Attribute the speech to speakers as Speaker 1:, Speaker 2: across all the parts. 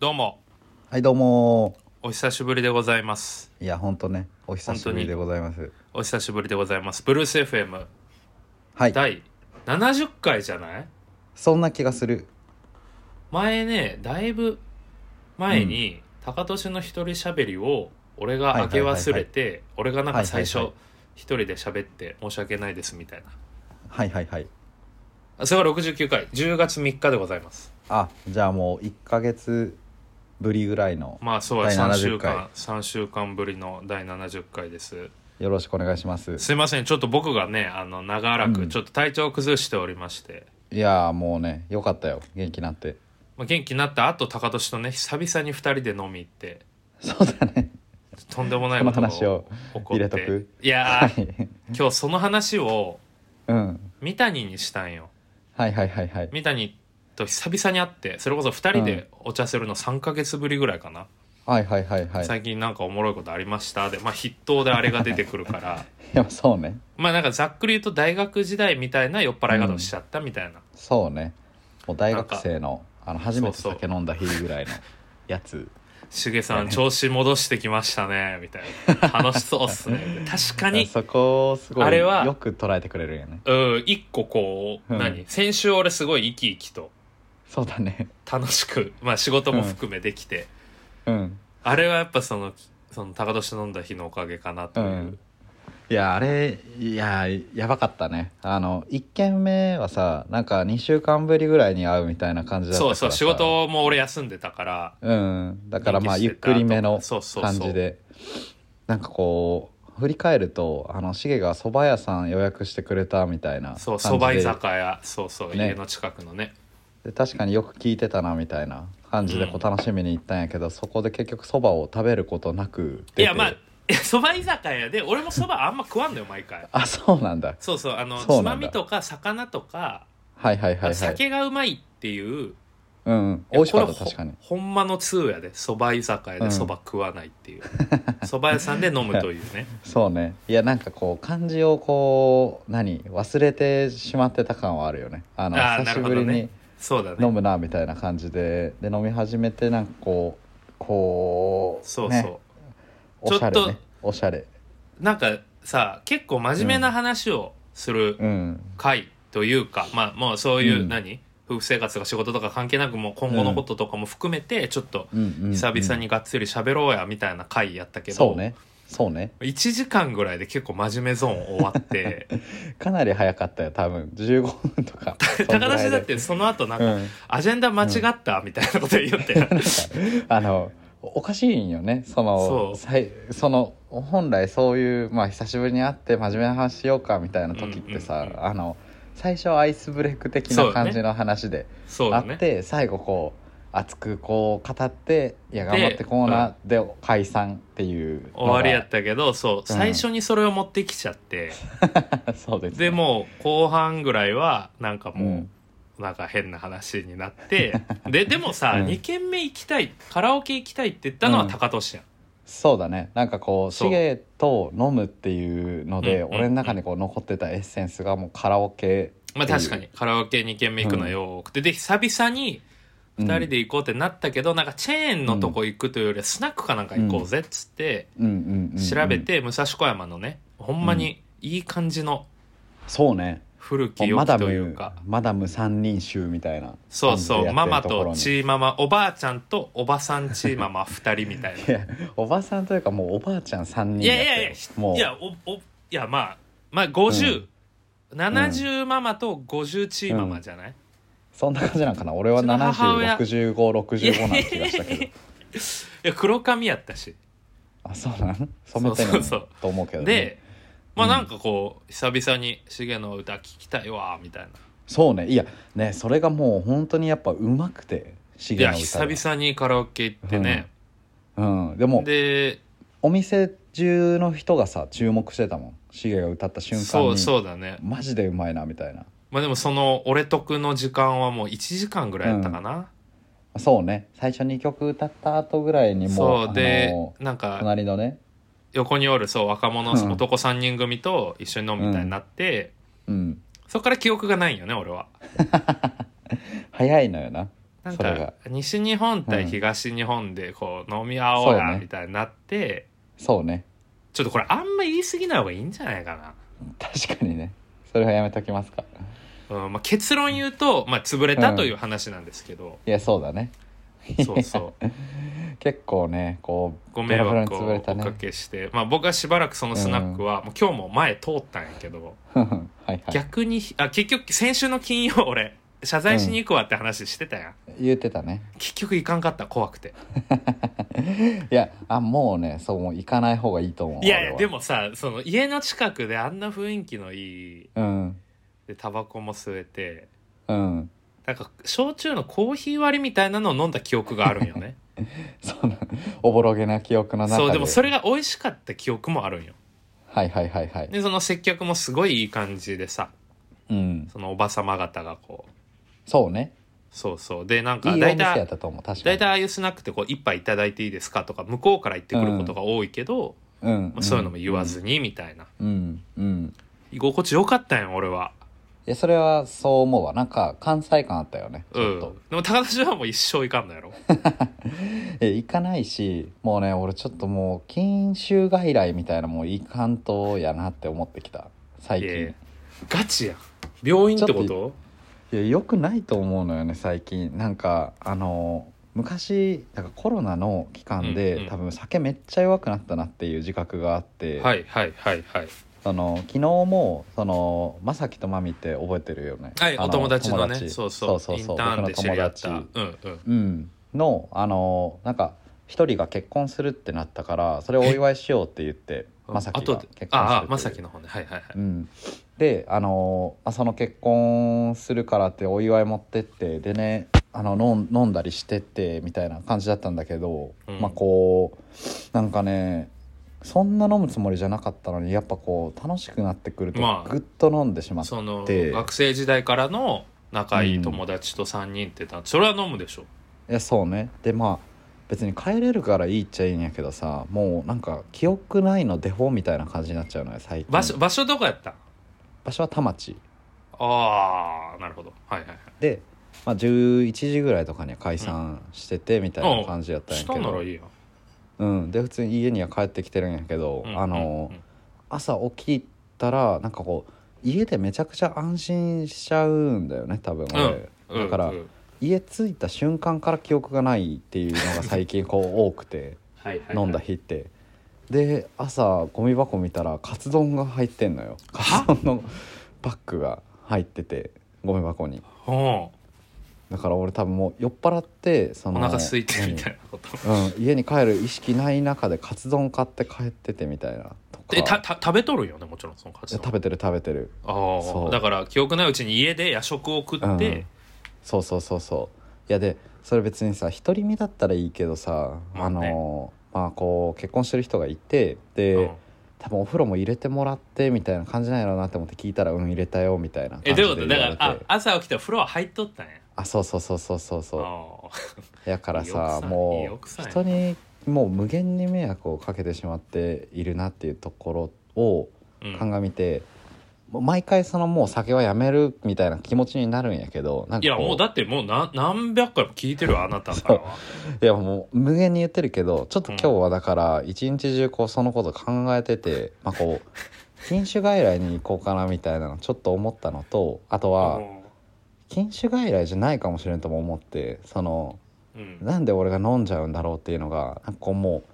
Speaker 1: どうも
Speaker 2: はいどうも
Speaker 1: お久しぶりでございます
Speaker 2: いやほんとねお久しぶりでございます
Speaker 1: お久しぶりでございますブルース FM
Speaker 2: はい
Speaker 1: 第70回じゃない
Speaker 2: そんな気がする
Speaker 1: 前ねだいぶ前に、高俊の一人喋りを俺が
Speaker 2: はい
Speaker 1: 明
Speaker 2: はい
Speaker 1: け
Speaker 2: はいはい
Speaker 1: 忘れて俺がなんか最
Speaker 2: はいは
Speaker 1: 初
Speaker 2: い
Speaker 1: 一人で喋って申し訳ないですみたいな
Speaker 2: はいはいはい
Speaker 1: あそれが69回10月3日でございます
Speaker 2: あじゃあもう1ヶ月ぶりぐらいの
Speaker 1: まあそう
Speaker 2: 第
Speaker 1: 3
Speaker 2: 70
Speaker 1: 週間
Speaker 2: 回
Speaker 1: 3週間ぶりの第70回です
Speaker 2: よろしくお願いします
Speaker 1: すいませんちょっと僕がねあの長ら
Speaker 2: う
Speaker 1: く
Speaker 2: ん
Speaker 1: ちょっと体調を崩しておりまして、
Speaker 2: いやーもうねよかったよ元気になって
Speaker 1: まあ、元気になった後高俊とね久々に2人で飲み行って
Speaker 2: そうだね
Speaker 1: とんでもない
Speaker 2: こ
Speaker 1: こ
Speaker 2: の
Speaker 1: と
Speaker 2: 話
Speaker 1: が
Speaker 2: を
Speaker 1: 起こ
Speaker 2: 入れ
Speaker 1: っ
Speaker 2: と
Speaker 1: て
Speaker 2: く
Speaker 1: いや
Speaker 2: は
Speaker 1: ー
Speaker 2: い
Speaker 1: 今日その話を
Speaker 2: うん
Speaker 1: 三谷にしたんよ
Speaker 2: はいはいはいはい
Speaker 1: 三谷と久々に会ってそれこそ2人でお茶するの3ヶ月ぶりぐらいかな、
Speaker 2: はいはいはいはいい
Speaker 1: 最近なんかおもろいことありましたでまあ筆頭であれが出てくるから
Speaker 2: やそうね
Speaker 1: まあなんかざっくり言うと大学時代みたいな酔っ払い方をしちゃったみたい な、
Speaker 2: そうねもう大
Speaker 1: なん
Speaker 2: 学
Speaker 1: か
Speaker 2: 生のあの初めて
Speaker 1: そうそう
Speaker 2: 酒飲んだ日ぐらいのやつ
Speaker 1: しげさん調子戻してきましたねみたいな楽しそうっすね確かに
Speaker 2: そこをすごい
Speaker 1: あれは
Speaker 2: よく捉えてくれるよね
Speaker 1: うん、一個こう、
Speaker 2: うん
Speaker 1: 何先週俺すごい生き生きと
Speaker 2: そうだね
Speaker 1: 楽しく、 まあ仕事も含めできて、
Speaker 2: うん
Speaker 1: あれはやっぱその、その高年飲んだ日のおかげかなという。
Speaker 2: うんいやあれいややばかったねあの1軒目はさなんか2週間ぶりぐらいに会うみたいな感じだったか
Speaker 1: そ
Speaker 2: ら
Speaker 1: う
Speaker 2: さ
Speaker 1: そう、仕事も俺休んでたから、
Speaker 2: うんだからまあ
Speaker 1: 元気
Speaker 2: ゆ
Speaker 1: し
Speaker 2: って
Speaker 1: た
Speaker 2: くりめの
Speaker 1: とかそうそうそう
Speaker 2: 感じでなんかこう振り返るとあのシゲが蕎麦屋さん予約してくれたみたいな
Speaker 1: そう、
Speaker 2: 感
Speaker 1: 蕎
Speaker 2: じ
Speaker 1: 麦居
Speaker 2: で
Speaker 1: 酒屋、そうそう、
Speaker 2: ね
Speaker 1: 家の近くのね。
Speaker 2: で確かによく聞いてたなみたいな感じでこ
Speaker 1: うん
Speaker 2: う楽しみに行ったんやけど、そこで結局蕎麦を食べることなく
Speaker 1: い
Speaker 2: 出て。
Speaker 1: や、まあ、 いや蕎麦居酒屋で、俺も蕎麦あんま食わんのよ、毎回
Speaker 2: あそうなんだ
Speaker 1: そうそう、あの、
Speaker 2: そ
Speaker 1: つ
Speaker 2: うな
Speaker 1: ま
Speaker 2: んだ
Speaker 1: みとか魚とか、
Speaker 2: はいはい
Speaker 1: あと
Speaker 2: はいはい
Speaker 1: 酒がうまいっていう、
Speaker 2: うんうん
Speaker 1: いや
Speaker 2: 美味しかっ
Speaker 1: これ
Speaker 2: た
Speaker 1: ほ
Speaker 2: 確かに
Speaker 1: ほんまの通やで蕎麦居酒屋で
Speaker 2: うん
Speaker 1: 蕎麦食わないっていう、蕎麦屋さんで飲むという ね
Speaker 2: そうねいやなんかこう漢字をこう何忘れてしまってた感はあるよねあの
Speaker 1: あー
Speaker 2: 久しぶり
Speaker 1: なる
Speaker 2: に
Speaker 1: そうだね
Speaker 2: 飲むなみたいな感じでで飲み始めてなんかこうこう
Speaker 1: そうそう、
Speaker 2: ねおしゃ
Speaker 1: ちょ
Speaker 2: れ
Speaker 1: っと
Speaker 2: ねおしゃれ
Speaker 1: なんかさ結構真面目な話をする
Speaker 2: うん
Speaker 1: 会というか、まあもうそういう
Speaker 2: うん
Speaker 1: 何、夫婦生活とか仕事とか関係なくもう今後のこととかも含めてちょっと
Speaker 2: うんうん、うん、
Speaker 1: 久々にがっつり喋ろうやみたいな会やったけど、
Speaker 2: そうねそうね
Speaker 1: 1時間ぐらいで結構真面目ゾーン終わって
Speaker 2: かなり早かったよ多分15分とか そ
Speaker 1: 高
Speaker 2: んぐ
Speaker 1: 田
Speaker 2: らい
Speaker 1: 氏
Speaker 2: で
Speaker 1: だってその後なん
Speaker 2: う
Speaker 1: か、
Speaker 2: ん
Speaker 1: アジェンダ間違ったみたいなこと言って、
Speaker 2: あのおかしいんよねそ
Speaker 1: そ
Speaker 2: の
Speaker 1: う
Speaker 2: さいその本来そういう、まあ、久しぶりに会って真面目な話しようかみたいな時ってさ、
Speaker 1: うんうんうん
Speaker 2: あの最初はアイスブレイク的
Speaker 1: そう
Speaker 2: な
Speaker 1: だね
Speaker 2: 感じの話で
Speaker 1: そう
Speaker 2: あ
Speaker 1: だ
Speaker 2: っ
Speaker 1: ね
Speaker 2: て、最後こう熱くこう語って「いや
Speaker 1: で
Speaker 2: 頑張ってコーナー」で解散っていうのが
Speaker 1: 終わりやったけどそう、最初にそれを持ってきちゃって、
Speaker 2: そうです、
Speaker 1: でもう後半ぐらいはなんか
Speaker 2: う
Speaker 1: も
Speaker 2: ん
Speaker 1: うなんか変な話になって、 ででもさ、
Speaker 2: うん
Speaker 1: 2軒目行きたいカラオケ行きたいって言ったのは
Speaker 2: うん
Speaker 1: 高俊やん、
Speaker 2: そうだねなんかこう
Speaker 1: そう
Speaker 2: シゲと飲むっていうので、
Speaker 1: うんうんうん
Speaker 2: 俺の中にこう残ってたエッセンスがもうカラオケ
Speaker 1: まあ確かにカラオケ2軒目行くのよ多くて、で久々に
Speaker 2: うん
Speaker 1: 2人で行こうってなったけど、なんかチェーンのとこ行くというよりはスナックかなんか行こうぜっつって
Speaker 2: うんうんうんうん
Speaker 1: 調べて、武蔵小山のねほんまにいい感じの
Speaker 2: そうね
Speaker 1: 古
Speaker 2: も
Speaker 1: き
Speaker 2: う
Speaker 1: 良
Speaker 2: マ
Speaker 1: き
Speaker 2: ダ
Speaker 1: という
Speaker 2: ム
Speaker 1: か。
Speaker 2: マダム三人衆みたいな
Speaker 1: そうそ
Speaker 2: 感じでやって
Speaker 1: う
Speaker 2: る
Speaker 1: ママ
Speaker 2: ころ
Speaker 1: と
Speaker 2: に
Speaker 1: チーママおばあちゃんとおばさんチーマ マ2人みたいない
Speaker 2: いやおばさんというかもうおばあちゃん三人
Speaker 1: や
Speaker 2: って
Speaker 1: い
Speaker 2: る
Speaker 1: やいや
Speaker 2: もう
Speaker 1: いやおおいやまあまあ5070、70ママと50チーママじゃない、
Speaker 2: そんな感じなんかな俺は
Speaker 1: うちの母親
Speaker 2: 706565な気がしたけど
Speaker 1: いや黒髪やったし
Speaker 2: あそうなん染めてる
Speaker 1: そうそうそう
Speaker 2: のと思うけど、ね、
Speaker 1: でまあなんかこう久々に「シゲの歌聴きたいわ」みたいな
Speaker 2: そうねいやねそれがもう本当にやっぱうまくてシ
Speaker 1: い
Speaker 2: ゲ
Speaker 1: や
Speaker 2: の歌が
Speaker 1: 久々にカラオケ行ってね、
Speaker 2: うん、でも
Speaker 1: で
Speaker 2: お店中の人がさ注目してたもんシゲが歌った瞬間に
Speaker 1: そうそうだね
Speaker 2: マジでうまいなみたいな
Speaker 1: まあでもその俺得の時間はもう1時間ぐらいやったかな、
Speaker 2: そうね最初2曲歌った後ぐらいにもう
Speaker 1: そうで
Speaker 2: あの
Speaker 1: なんか
Speaker 2: 隣のね
Speaker 1: 横におるそう若者、
Speaker 2: うん
Speaker 1: 男3人組と一緒に飲むみたいになって、
Speaker 2: うん
Speaker 1: そこから記憶がないんよね俺は
Speaker 2: 早いのよな
Speaker 1: なん
Speaker 2: それ
Speaker 1: か
Speaker 2: が
Speaker 1: 西日本対
Speaker 2: うん
Speaker 1: 東日本でこう飲み合お
Speaker 2: そ
Speaker 1: う
Speaker 2: うよ
Speaker 1: や
Speaker 2: ね
Speaker 1: みたいになって、
Speaker 2: そうね
Speaker 1: ちょっとこれあんま言い過ぎない方がいいんじゃないか
Speaker 2: 確かにねそれはやめときますか
Speaker 1: な、うんまあ、結論言うと、まあ、潰れたという話なんですけど、
Speaker 2: いやそうだね
Speaker 1: そうそう
Speaker 2: 結構ねこう
Speaker 1: ご
Speaker 2: ベ
Speaker 1: 迷
Speaker 2: ラベラに
Speaker 1: 惑
Speaker 2: 潰
Speaker 1: を
Speaker 2: れ
Speaker 1: お
Speaker 2: たね
Speaker 1: かけして、まあ、僕はしばらくそのスナックは、もう今日も前通ったんやけど、
Speaker 2: はいはい
Speaker 1: 逆にあ結局先週の金曜俺謝罪しに行くわって話してたやん、
Speaker 2: 言ってたね
Speaker 1: 結局行かんかった怖くて
Speaker 2: いやあもうねそうもう行かない方がいいと思う
Speaker 1: い
Speaker 2: い
Speaker 1: やいやでもさその家の近くであんな雰囲気のいい
Speaker 2: うん
Speaker 1: でタバコも吸えて
Speaker 2: うん
Speaker 1: なんか焼酎のコーヒー割りみたいなのを飲んだ記憶があるんよ ね
Speaker 2: そんなおぼろげな記憶の中で
Speaker 1: そうでもそれが美味しかった記憶もあるんよ
Speaker 2: はいはいはいはい
Speaker 1: でその接客もすごいいい感じでさ
Speaker 2: うん
Speaker 1: そのおば様方がこう
Speaker 2: そうね
Speaker 1: そうそうでなん
Speaker 2: いい
Speaker 1: か
Speaker 2: お
Speaker 1: 大
Speaker 2: 店や
Speaker 1: 体
Speaker 2: ったと思う確か
Speaker 1: 大
Speaker 2: に
Speaker 1: 体ああいうスナックってこう一杯いただいていいですかとか向こうから言ってくることが多いけど、
Speaker 2: うん
Speaker 1: まあ、そういうのも言わずにみたいな、
Speaker 2: うんうん
Speaker 1: 居心地良かったんよ俺はい
Speaker 2: やそれはそう思うわなんか関西感あったよねち
Speaker 1: う
Speaker 2: ょ
Speaker 1: ん
Speaker 2: っと、
Speaker 1: でも高田氏はもう一生いかんのやろ
Speaker 2: え行かないしもうね俺ちょっともう禁酒外来みたいなもう行かんとやなって思ってきた最
Speaker 1: いやいや
Speaker 2: 近
Speaker 1: ガチやん病院ってこ
Speaker 2: ち
Speaker 1: と
Speaker 2: いやよくないと思うのよね最近なんかあの昔なんかコロナの期間で、
Speaker 1: うんうん
Speaker 2: 多分酒めっちゃ弱くなったなっていう自覚があって、
Speaker 1: はいはいはいはい
Speaker 2: その昨日もそのまさきとまみって覚えてるよね
Speaker 1: はい
Speaker 2: あ
Speaker 1: お友達のね
Speaker 2: 友達
Speaker 1: そうそう
Speaker 2: そうそ
Speaker 1: イン
Speaker 2: うそう
Speaker 1: ターンで知り合ったう
Speaker 2: 僕の
Speaker 1: んうん
Speaker 2: うん、のあのなんか一人が結婚するってなったからそれをお祝いしようって言ってまさきが
Speaker 1: あと
Speaker 2: 結婚
Speaker 1: です
Speaker 2: るっていう
Speaker 1: ああまさきの方ねはいはいは
Speaker 2: う
Speaker 1: い
Speaker 2: ん、であのまあその結婚するからってお祝い持ってってでねあの飲ん飲んだりしてってみたいな感じだったんだけど、
Speaker 1: うん
Speaker 2: まあこうなんかねそんな飲むつもりじゃなかったのにやっぱこう楽しくなってくると
Speaker 1: まあ
Speaker 2: ぐっと飲んでしまって、
Speaker 1: その
Speaker 2: で
Speaker 1: 学生時代からの仲いい友達と3人ってたそれは飲むでしょ
Speaker 2: いやそうねでまあ別に帰れるからいいっちゃいいんやけどさもうなんか記憶ないのデフォみたいな感じになっちゃうのよ最近
Speaker 1: 場所場所どこやった
Speaker 2: 場所は田町
Speaker 1: ああなるほどはいはいはい
Speaker 2: で、まあ、11時ぐらいとかには解散しててみたいな感じやったんや
Speaker 1: し
Speaker 2: け
Speaker 1: たな
Speaker 2: ど、
Speaker 1: ら
Speaker 2: うん
Speaker 1: いいよ
Speaker 2: で普通に家には帰ってきてるんやけど、
Speaker 1: うん
Speaker 2: あの
Speaker 1: うんうん
Speaker 2: 朝起きたらなんかこう家でめちゃくちゃ安心しちゃうんだよね多分俺、
Speaker 1: うん
Speaker 2: だから
Speaker 1: うん
Speaker 2: 家着いた瞬間から記憶がないっていうのが最近こう多くて
Speaker 1: はいはいはい
Speaker 2: 飲んだ日って。で朝ゴミ箱見たらカツ丼が入ってんのよカ
Speaker 1: は
Speaker 2: ツ丼のパックが入っててゴミ箱に
Speaker 1: ほう
Speaker 2: だから俺多分もう酔っ払ってそ
Speaker 1: お
Speaker 2: の
Speaker 1: 腹空いてるみたいなこと
Speaker 2: 何うん、家に帰る意識ない中でカツ丼買って帰っててみたいなとか
Speaker 1: えたた食べとるよねもちろんそのカ
Speaker 2: い
Speaker 1: ツ
Speaker 2: や
Speaker 1: 丼
Speaker 2: 食べてる食べてる
Speaker 1: あ
Speaker 2: そ
Speaker 1: あ
Speaker 2: う
Speaker 1: だから記憶ないうちに家で夜食を食って、
Speaker 2: そうそうそうそういやでそれ別にさ独り身だったらいいけどさ、
Speaker 1: まあ
Speaker 2: あ
Speaker 1: ね
Speaker 2: のまあこう結婚してる人がいてで、
Speaker 1: うん
Speaker 2: 多分お風呂も入れてもらってみたいな感じなんやろうなって思って聞いたら「うん入れたよ」みたいな感
Speaker 1: え
Speaker 2: じ
Speaker 1: ど
Speaker 2: で
Speaker 1: ういうこと
Speaker 2: 言
Speaker 1: だ
Speaker 2: わ
Speaker 1: か
Speaker 2: れ
Speaker 1: ら
Speaker 2: て
Speaker 1: あ朝起きたら風呂は入っとったんや
Speaker 2: あそうそうそうそうそうそう
Speaker 1: あ
Speaker 2: だから
Speaker 1: いい奥
Speaker 2: さ
Speaker 1: さんいい
Speaker 2: も
Speaker 1: 奥さ
Speaker 2: うん
Speaker 1: や
Speaker 2: 人にもう無限に迷惑をかけてしまっているなっていうところを
Speaker 1: あうん
Speaker 2: 鑑みて、もう毎回そのもう酒はやめるみたいな気持ちになるんやけどなん
Speaker 1: い
Speaker 2: か
Speaker 1: や
Speaker 2: こ
Speaker 1: もうだってもう何何百回も聞いてるよあなたからは
Speaker 2: いやもう無限に言ってるけどちょっと今日はだから一日中こうそのこと考えてて、まあこう 禁酒外来に行こうかなみたいなのちょっと思ったのとあとは禁酒外来じゃないかもしれんとも思ってその
Speaker 1: うん
Speaker 2: なんで俺が飲んじゃうんだろうっていうのがなんかこうもう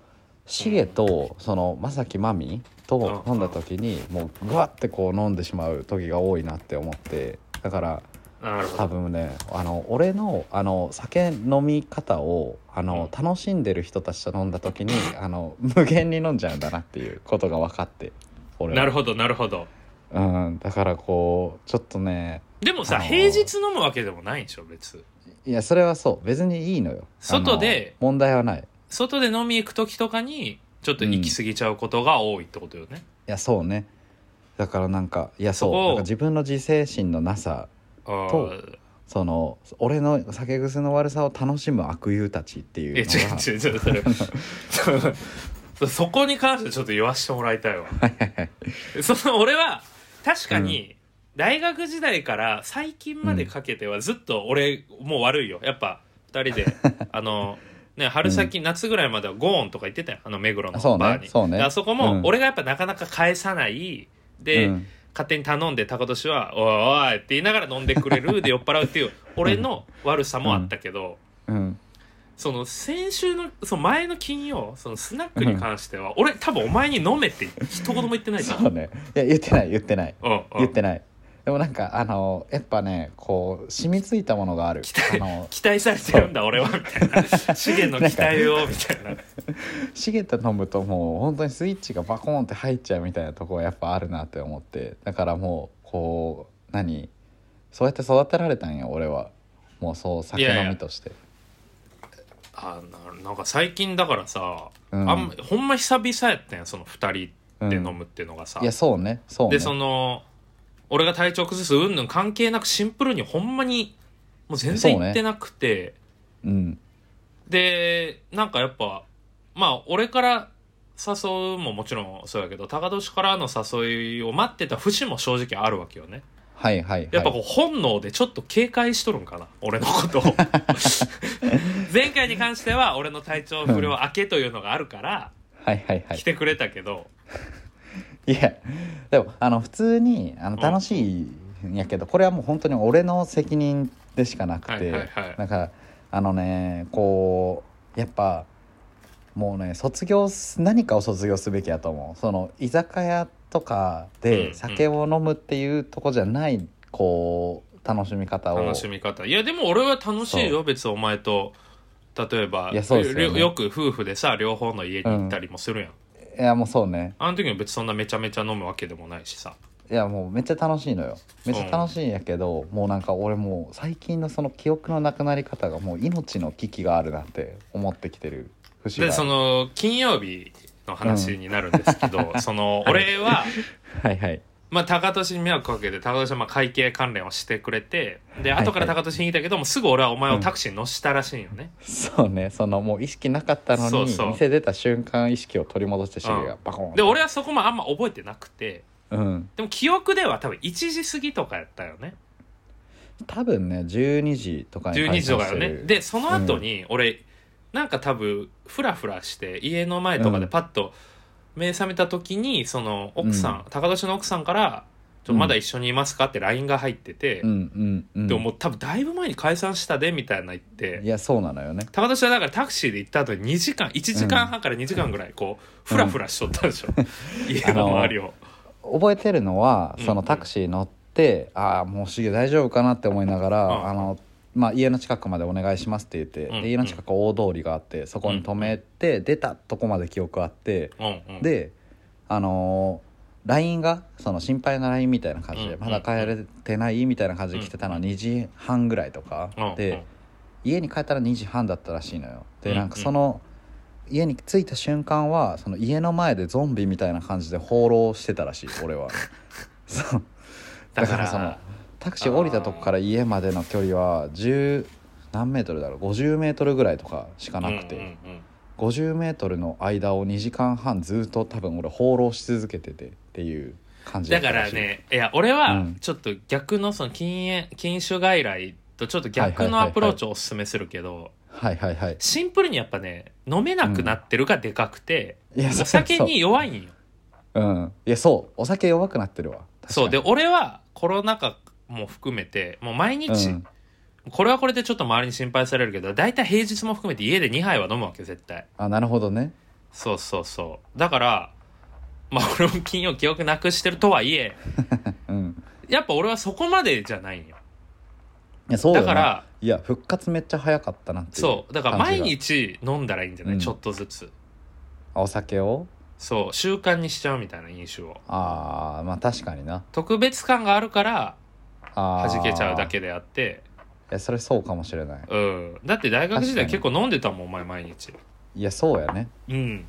Speaker 2: シゲとそのまさきまみと
Speaker 1: うん
Speaker 2: 飲んだ時にもうグワッてこう飲んでしまう時が多いなって思ってだから
Speaker 1: なるほ
Speaker 2: 多
Speaker 1: ど
Speaker 2: 分ねあの俺のあの酒飲み方をあの楽しんでる人たちと飲んだ時にあの無限に飲んじゃうんだなっていうことが分かって俺は
Speaker 1: なるほどなるほど
Speaker 2: うん、だからこうちょっとね
Speaker 1: でもさ
Speaker 2: あのー
Speaker 1: 平日飲むわけでもないんでしょ別
Speaker 2: いやそれはそう別にいいのよ
Speaker 1: 外で
Speaker 2: あの問題はない
Speaker 1: 外で飲み行く時とかにちょっと行き過ぎちゃうことが多いってことよね、
Speaker 2: いやそうねだからなんかいや
Speaker 1: そ
Speaker 2: そう
Speaker 1: こを
Speaker 2: なんか自分の自制心のなさ
Speaker 1: ああ
Speaker 2: とその俺の酒癖の悪さを楽しむ悪友たちっていう
Speaker 1: え
Speaker 2: の
Speaker 1: ちょ
Speaker 2: が
Speaker 1: ちょちょそれ そ そこに関してちょっと言わしてもらいたいわその俺は確かに大学時代から最近までかけてはずっと俺もう悪いよやっぱ2人で あのね春先、夏ぐらいまではゴーンとか行ってたよあの目黒の
Speaker 2: そうね
Speaker 1: バーに
Speaker 2: そうね
Speaker 1: であそこも、
Speaker 2: うん
Speaker 1: 俺がやっぱなかなか返さないで、
Speaker 2: うん
Speaker 1: 勝手に頼んで高年は「おいおい」って言いながら飲んでくれるで酔っ払うっていう俺の悪さもあったけど、
Speaker 2: うん
Speaker 1: その先週のその前の金曜そのスナックに関しては、俺多分お前に飲めって一言も言ってないじゃん。
Speaker 2: そうねいや言ってない言ってない
Speaker 1: うんうん
Speaker 2: 言ってないでもなんかあのやっぱねこう染みついたものがあるあの
Speaker 1: 期待されてるんだ俺はみたい な資源の期待をみたいな
Speaker 2: しげと飲むともう本当にスイッチがバコーンって入っちゃうみたいなとこはやっぱあるなって思ってだからもうこう何そうやって育てられたんや俺はもうそう酒
Speaker 1: いやい
Speaker 2: 飲
Speaker 1: や
Speaker 2: みとして
Speaker 1: あななんか最近だからさ、
Speaker 2: うん
Speaker 1: あんまほんま久々やったんやその2人で飲
Speaker 2: うん
Speaker 1: むっていうのがさ、
Speaker 2: いやそうねそうね
Speaker 1: でその俺が体調崩すうんぬん関係なくシンプルにほんまにもう全然行ってなくて、
Speaker 2: うん
Speaker 1: でなんかやっぱまあ俺から誘うももちろんそうやけど高年からの誘いを待ってた節も正直あるわけよね
Speaker 2: はいはいはい
Speaker 1: やっぱこう本能でちょっと警戒しとるんかな俺の ことを前回に関しては俺の体調不良明けというのがあるから
Speaker 2: はいはいはい
Speaker 1: 来てくれたけど、
Speaker 2: いやでもあの普通にあの
Speaker 1: ん
Speaker 2: 楽しいんやけど、これはもう本当に俺の責任でしかなくて、
Speaker 1: はいはいはい
Speaker 2: なんかあのねこうやっぱもうね卒業す何かを卒業すべきやと思うその居酒屋とか
Speaker 1: うん
Speaker 2: で酒を飲むっていうとこじゃない、こう楽しみ方を
Speaker 1: 楽しみ方いやでも俺は楽しいよ別にお前と例えば
Speaker 2: いやそうですよ
Speaker 1: り
Speaker 2: ね
Speaker 1: ょよく夫婦でさ両方の家に行ったりもするやん、
Speaker 2: いやもうそうね
Speaker 1: あの時も別にそんなめちゃめちゃ飲むわけでもないしさ
Speaker 2: いやもうめっちゃ楽しいのよめっちゃ楽しいんやけど、もうなんか俺もう最近のその記憶のなくなり方がもう命の危機があるなって思ってきてる節が
Speaker 1: でその金曜日の話になるんですけど、その俺は
Speaker 2: はいはい
Speaker 1: まあ高俊に迷惑かけて高俊はまあ会計関連をしてくれてで
Speaker 2: はい
Speaker 1: 後から高俊に聞いたけどもうすぐ俺はお前をタクシーに乗せたらしいんよね、
Speaker 2: そうねそのもう意識なかったのに
Speaker 1: そうそう
Speaker 2: 店出た瞬間意識を取り戻してシゲ
Speaker 1: う
Speaker 2: が
Speaker 1: ん
Speaker 2: バコン
Speaker 1: で俺はそこもあんま覚えてなくて
Speaker 2: うん
Speaker 1: でも記憶では多分1時過ぎとかやったよね
Speaker 2: 多分ね12時とかに
Speaker 1: 12時とかよね
Speaker 2: 解散してる
Speaker 1: でその後に俺、なんか多分フラフラして家の前とかでパッと目覚めた時にその奥さん、高年の奥さんから「ちょ
Speaker 2: うん
Speaker 1: まだ一緒にいますか?」って LINE が入ってて、
Speaker 2: うんうんうん
Speaker 1: でももう多分だいぶ前に解散したでみたいな言って
Speaker 2: いやそうなのよね
Speaker 1: 高年はだからタクシーで行った後に2時間1時間半から2時間ぐらいこうフラフラしとったでしょ、家の周りを。
Speaker 2: 覚えてるのは
Speaker 1: うん
Speaker 2: そのタクシー乗って、ああもうシゲ大丈夫かなって思いながら、
Speaker 1: うん
Speaker 2: あのまあ、家の近くまでお願いしますって言って、
Speaker 1: うん
Speaker 2: で家の近く大通りがあってそこに止めて、出たとこまで記憶あって、
Speaker 1: うんうん
Speaker 2: であのー LINE がその心配な LINE みたいな感じで、
Speaker 1: うん
Speaker 2: まだ帰れてないみたいな感じで来てたのは2時半ぐらいとか、
Speaker 1: うんうん
Speaker 2: で、家に帰ったら2時半だったらしいのよ
Speaker 1: う
Speaker 2: で
Speaker 1: んうん
Speaker 2: なんかその家に着いた瞬間はその家の前でゾンビみたいな感じで放浪してたらしい俺は そう
Speaker 1: だ
Speaker 2: だ
Speaker 1: か
Speaker 2: かららそのタクシー降りたとこから家までの距離は10何メートルだろう50メートルぐらいとかしかなくて、
Speaker 1: うんうんうん
Speaker 2: 50メートルの間を2時間半ずっと多分俺放浪し続けててっていう感じ
Speaker 1: だ
Speaker 2: っ
Speaker 1: か
Speaker 2: た
Speaker 1: ら
Speaker 2: しい
Speaker 1: ねいや俺は
Speaker 2: うん
Speaker 1: ちょっと逆のその禁煙禁酒外来とちょっと
Speaker 2: はいは
Speaker 1: 逆
Speaker 2: いはい
Speaker 1: の
Speaker 2: はい
Speaker 1: アプローチをおすすめするけど
Speaker 2: はいはいはい
Speaker 1: シンプルにやっぱね飲めなくなってるがでかくて、
Speaker 2: いやそう
Speaker 1: お酒に弱いんよ
Speaker 2: そううんいやそうお酒弱くなってるわ確かに
Speaker 1: そうで俺はコロナ禍も含めてもう毎日、
Speaker 2: うん
Speaker 1: これはこれでちょっと周りに心配されるけど大体平日も含めて家で2杯は飲むわけよ絶対
Speaker 2: あなるほどね
Speaker 1: そうそうそうだからまあ俺も金曜記憶なくしてるとはいえ
Speaker 2: うん
Speaker 1: やっぱ俺はそこまでじゃないんよ
Speaker 2: いやそうよ
Speaker 1: だから
Speaker 2: いや復活めっちゃ早かったなっていう
Speaker 1: そうだから
Speaker 2: 感
Speaker 1: 毎
Speaker 2: じが
Speaker 1: 日飲んだらいいんじゃない、
Speaker 2: うん
Speaker 1: ちょっとずつ
Speaker 2: あお酒を
Speaker 1: そう習慣にしちゃうみたいな飲酒を
Speaker 2: ああまあ確かにな
Speaker 1: 特別感があるから
Speaker 2: あー
Speaker 1: 弾けちゃうだけであって
Speaker 2: いやそれそうかもしれない
Speaker 1: うんだって大学時代
Speaker 2: 確
Speaker 1: 結
Speaker 2: か
Speaker 1: 構飲んでたもんお前毎日
Speaker 2: いやそうやね
Speaker 1: うん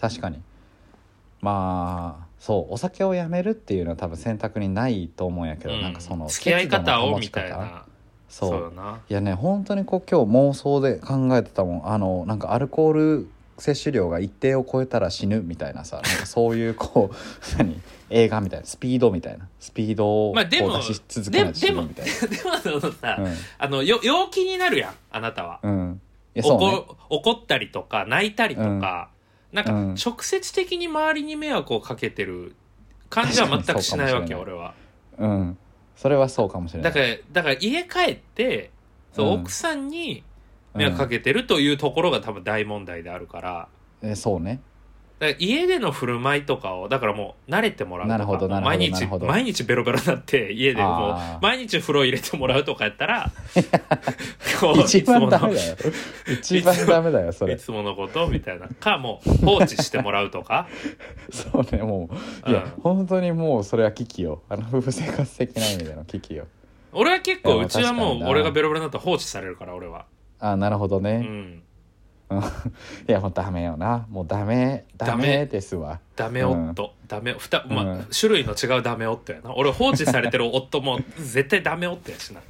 Speaker 2: 確かにまあそうお酒をやめるっていうのは多分選択にないと思うんやけど、
Speaker 1: うん
Speaker 2: なんかその
Speaker 1: 付き合い方
Speaker 2: 節度の
Speaker 1: を
Speaker 2: 保
Speaker 1: み
Speaker 2: ち
Speaker 1: た
Speaker 2: 方
Speaker 1: いな
Speaker 2: そう
Speaker 1: だない
Speaker 2: やね本当にこう今日妄想で考えてたもんあのなんかアルコール摂取量が一定を超えたら死ぬみたいなさなんかそういうこう 何映画みたいなスピードみたいなスピードをこ
Speaker 1: まあ
Speaker 2: う
Speaker 1: でも
Speaker 2: 出し続け
Speaker 1: で
Speaker 2: ないと
Speaker 1: で
Speaker 2: 死ぬ
Speaker 1: も
Speaker 2: みたいな。
Speaker 1: でもそのさ、
Speaker 2: うん
Speaker 1: あのよ陽気になるやんあなたは、
Speaker 2: うん、いやそうね
Speaker 1: 怒怒ったりとか泣いたりとか、なんか
Speaker 2: うん
Speaker 1: 直接的に周りに迷惑をかけてる感じは全くしないわけよ
Speaker 2: 確
Speaker 1: 俺は
Speaker 2: うんそれはそうかもしれな
Speaker 1: だ
Speaker 2: い
Speaker 1: からだから家帰ってそう、
Speaker 2: うん
Speaker 1: 奥さんに迷惑かけてるというところが多分大問題であるから
Speaker 2: うんえそ うね
Speaker 1: だから家での振る舞いとかをだからもう慣れてもらうとか
Speaker 2: なるほどなるほど
Speaker 1: 毎
Speaker 2: な
Speaker 1: 日
Speaker 2: るほど
Speaker 1: 毎日ベロベロになって家でもう
Speaker 2: あー
Speaker 1: 毎日風呂入れてもらうとかやった らこう
Speaker 2: 一番ダ
Speaker 1: いつも
Speaker 2: メだよ一番ダメだよそ
Speaker 1: のい
Speaker 2: れ
Speaker 1: つものことみたいなかもう放置してもらうとか
Speaker 2: そうねも ういや、
Speaker 1: うん
Speaker 2: 本当にもうそれは危機よあの夫婦生活的な意味での危機よ
Speaker 1: 俺は結
Speaker 2: いや
Speaker 1: 構
Speaker 2: まあ
Speaker 1: うちはも
Speaker 2: 確かに
Speaker 1: う
Speaker 2: な
Speaker 1: 俺がベロベロになったら放置されるから俺は
Speaker 2: あなるほど
Speaker 1: う
Speaker 2: ね、
Speaker 1: ん
Speaker 2: うん、い やもうダメよなもうダメダ
Speaker 1: ダメ
Speaker 2: メですわ
Speaker 1: ダメ夫、ダメふた、まあ
Speaker 2: うん
Speaker 1: 種類の違うダメ夫やな俺放置されてる夫も絶対ダメ夫やしな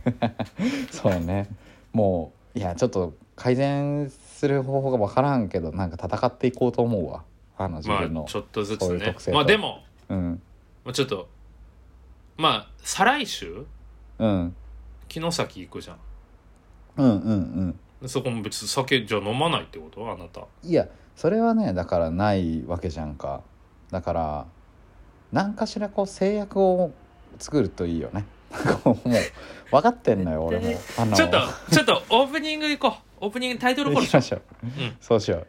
Speaker 2: そうねもういやちょっと改善する方法が分からんけどなんか戦っていこうと思うわあの自
Speaker 1: ま
Speaker 2: 分
Speaker 1: あ
Speaker 2: の、
Speaker 1: ちょっとずつ
Speaker 2: そういう
Speaker 1: ね
Speaker 2: 特性と
Speaker 1: まあでも
Speaker 2: うん
Speaker 1: まあちょっとまあ再来週
Speaker 2: うん
Speaker 1: 城崎行くじゃん
Speaker 2: うんうんうん
Speaker 1: でそこも別に酒じゃ飲まないってことあなた
Speaker 2: いやそれはねだからないわけじゃんかだから何かしらこう制約を作るといいよねなんかもうもう分かってんのよ俺もあの
Speaker 1: ちょっとちょっとオープニング行こうオープニングタイトルコー
Speaker 2: 行
Speaker 1: ル
Speaker 2: きましょう、
Speaker 1: ん
Speaker 2: そうしよう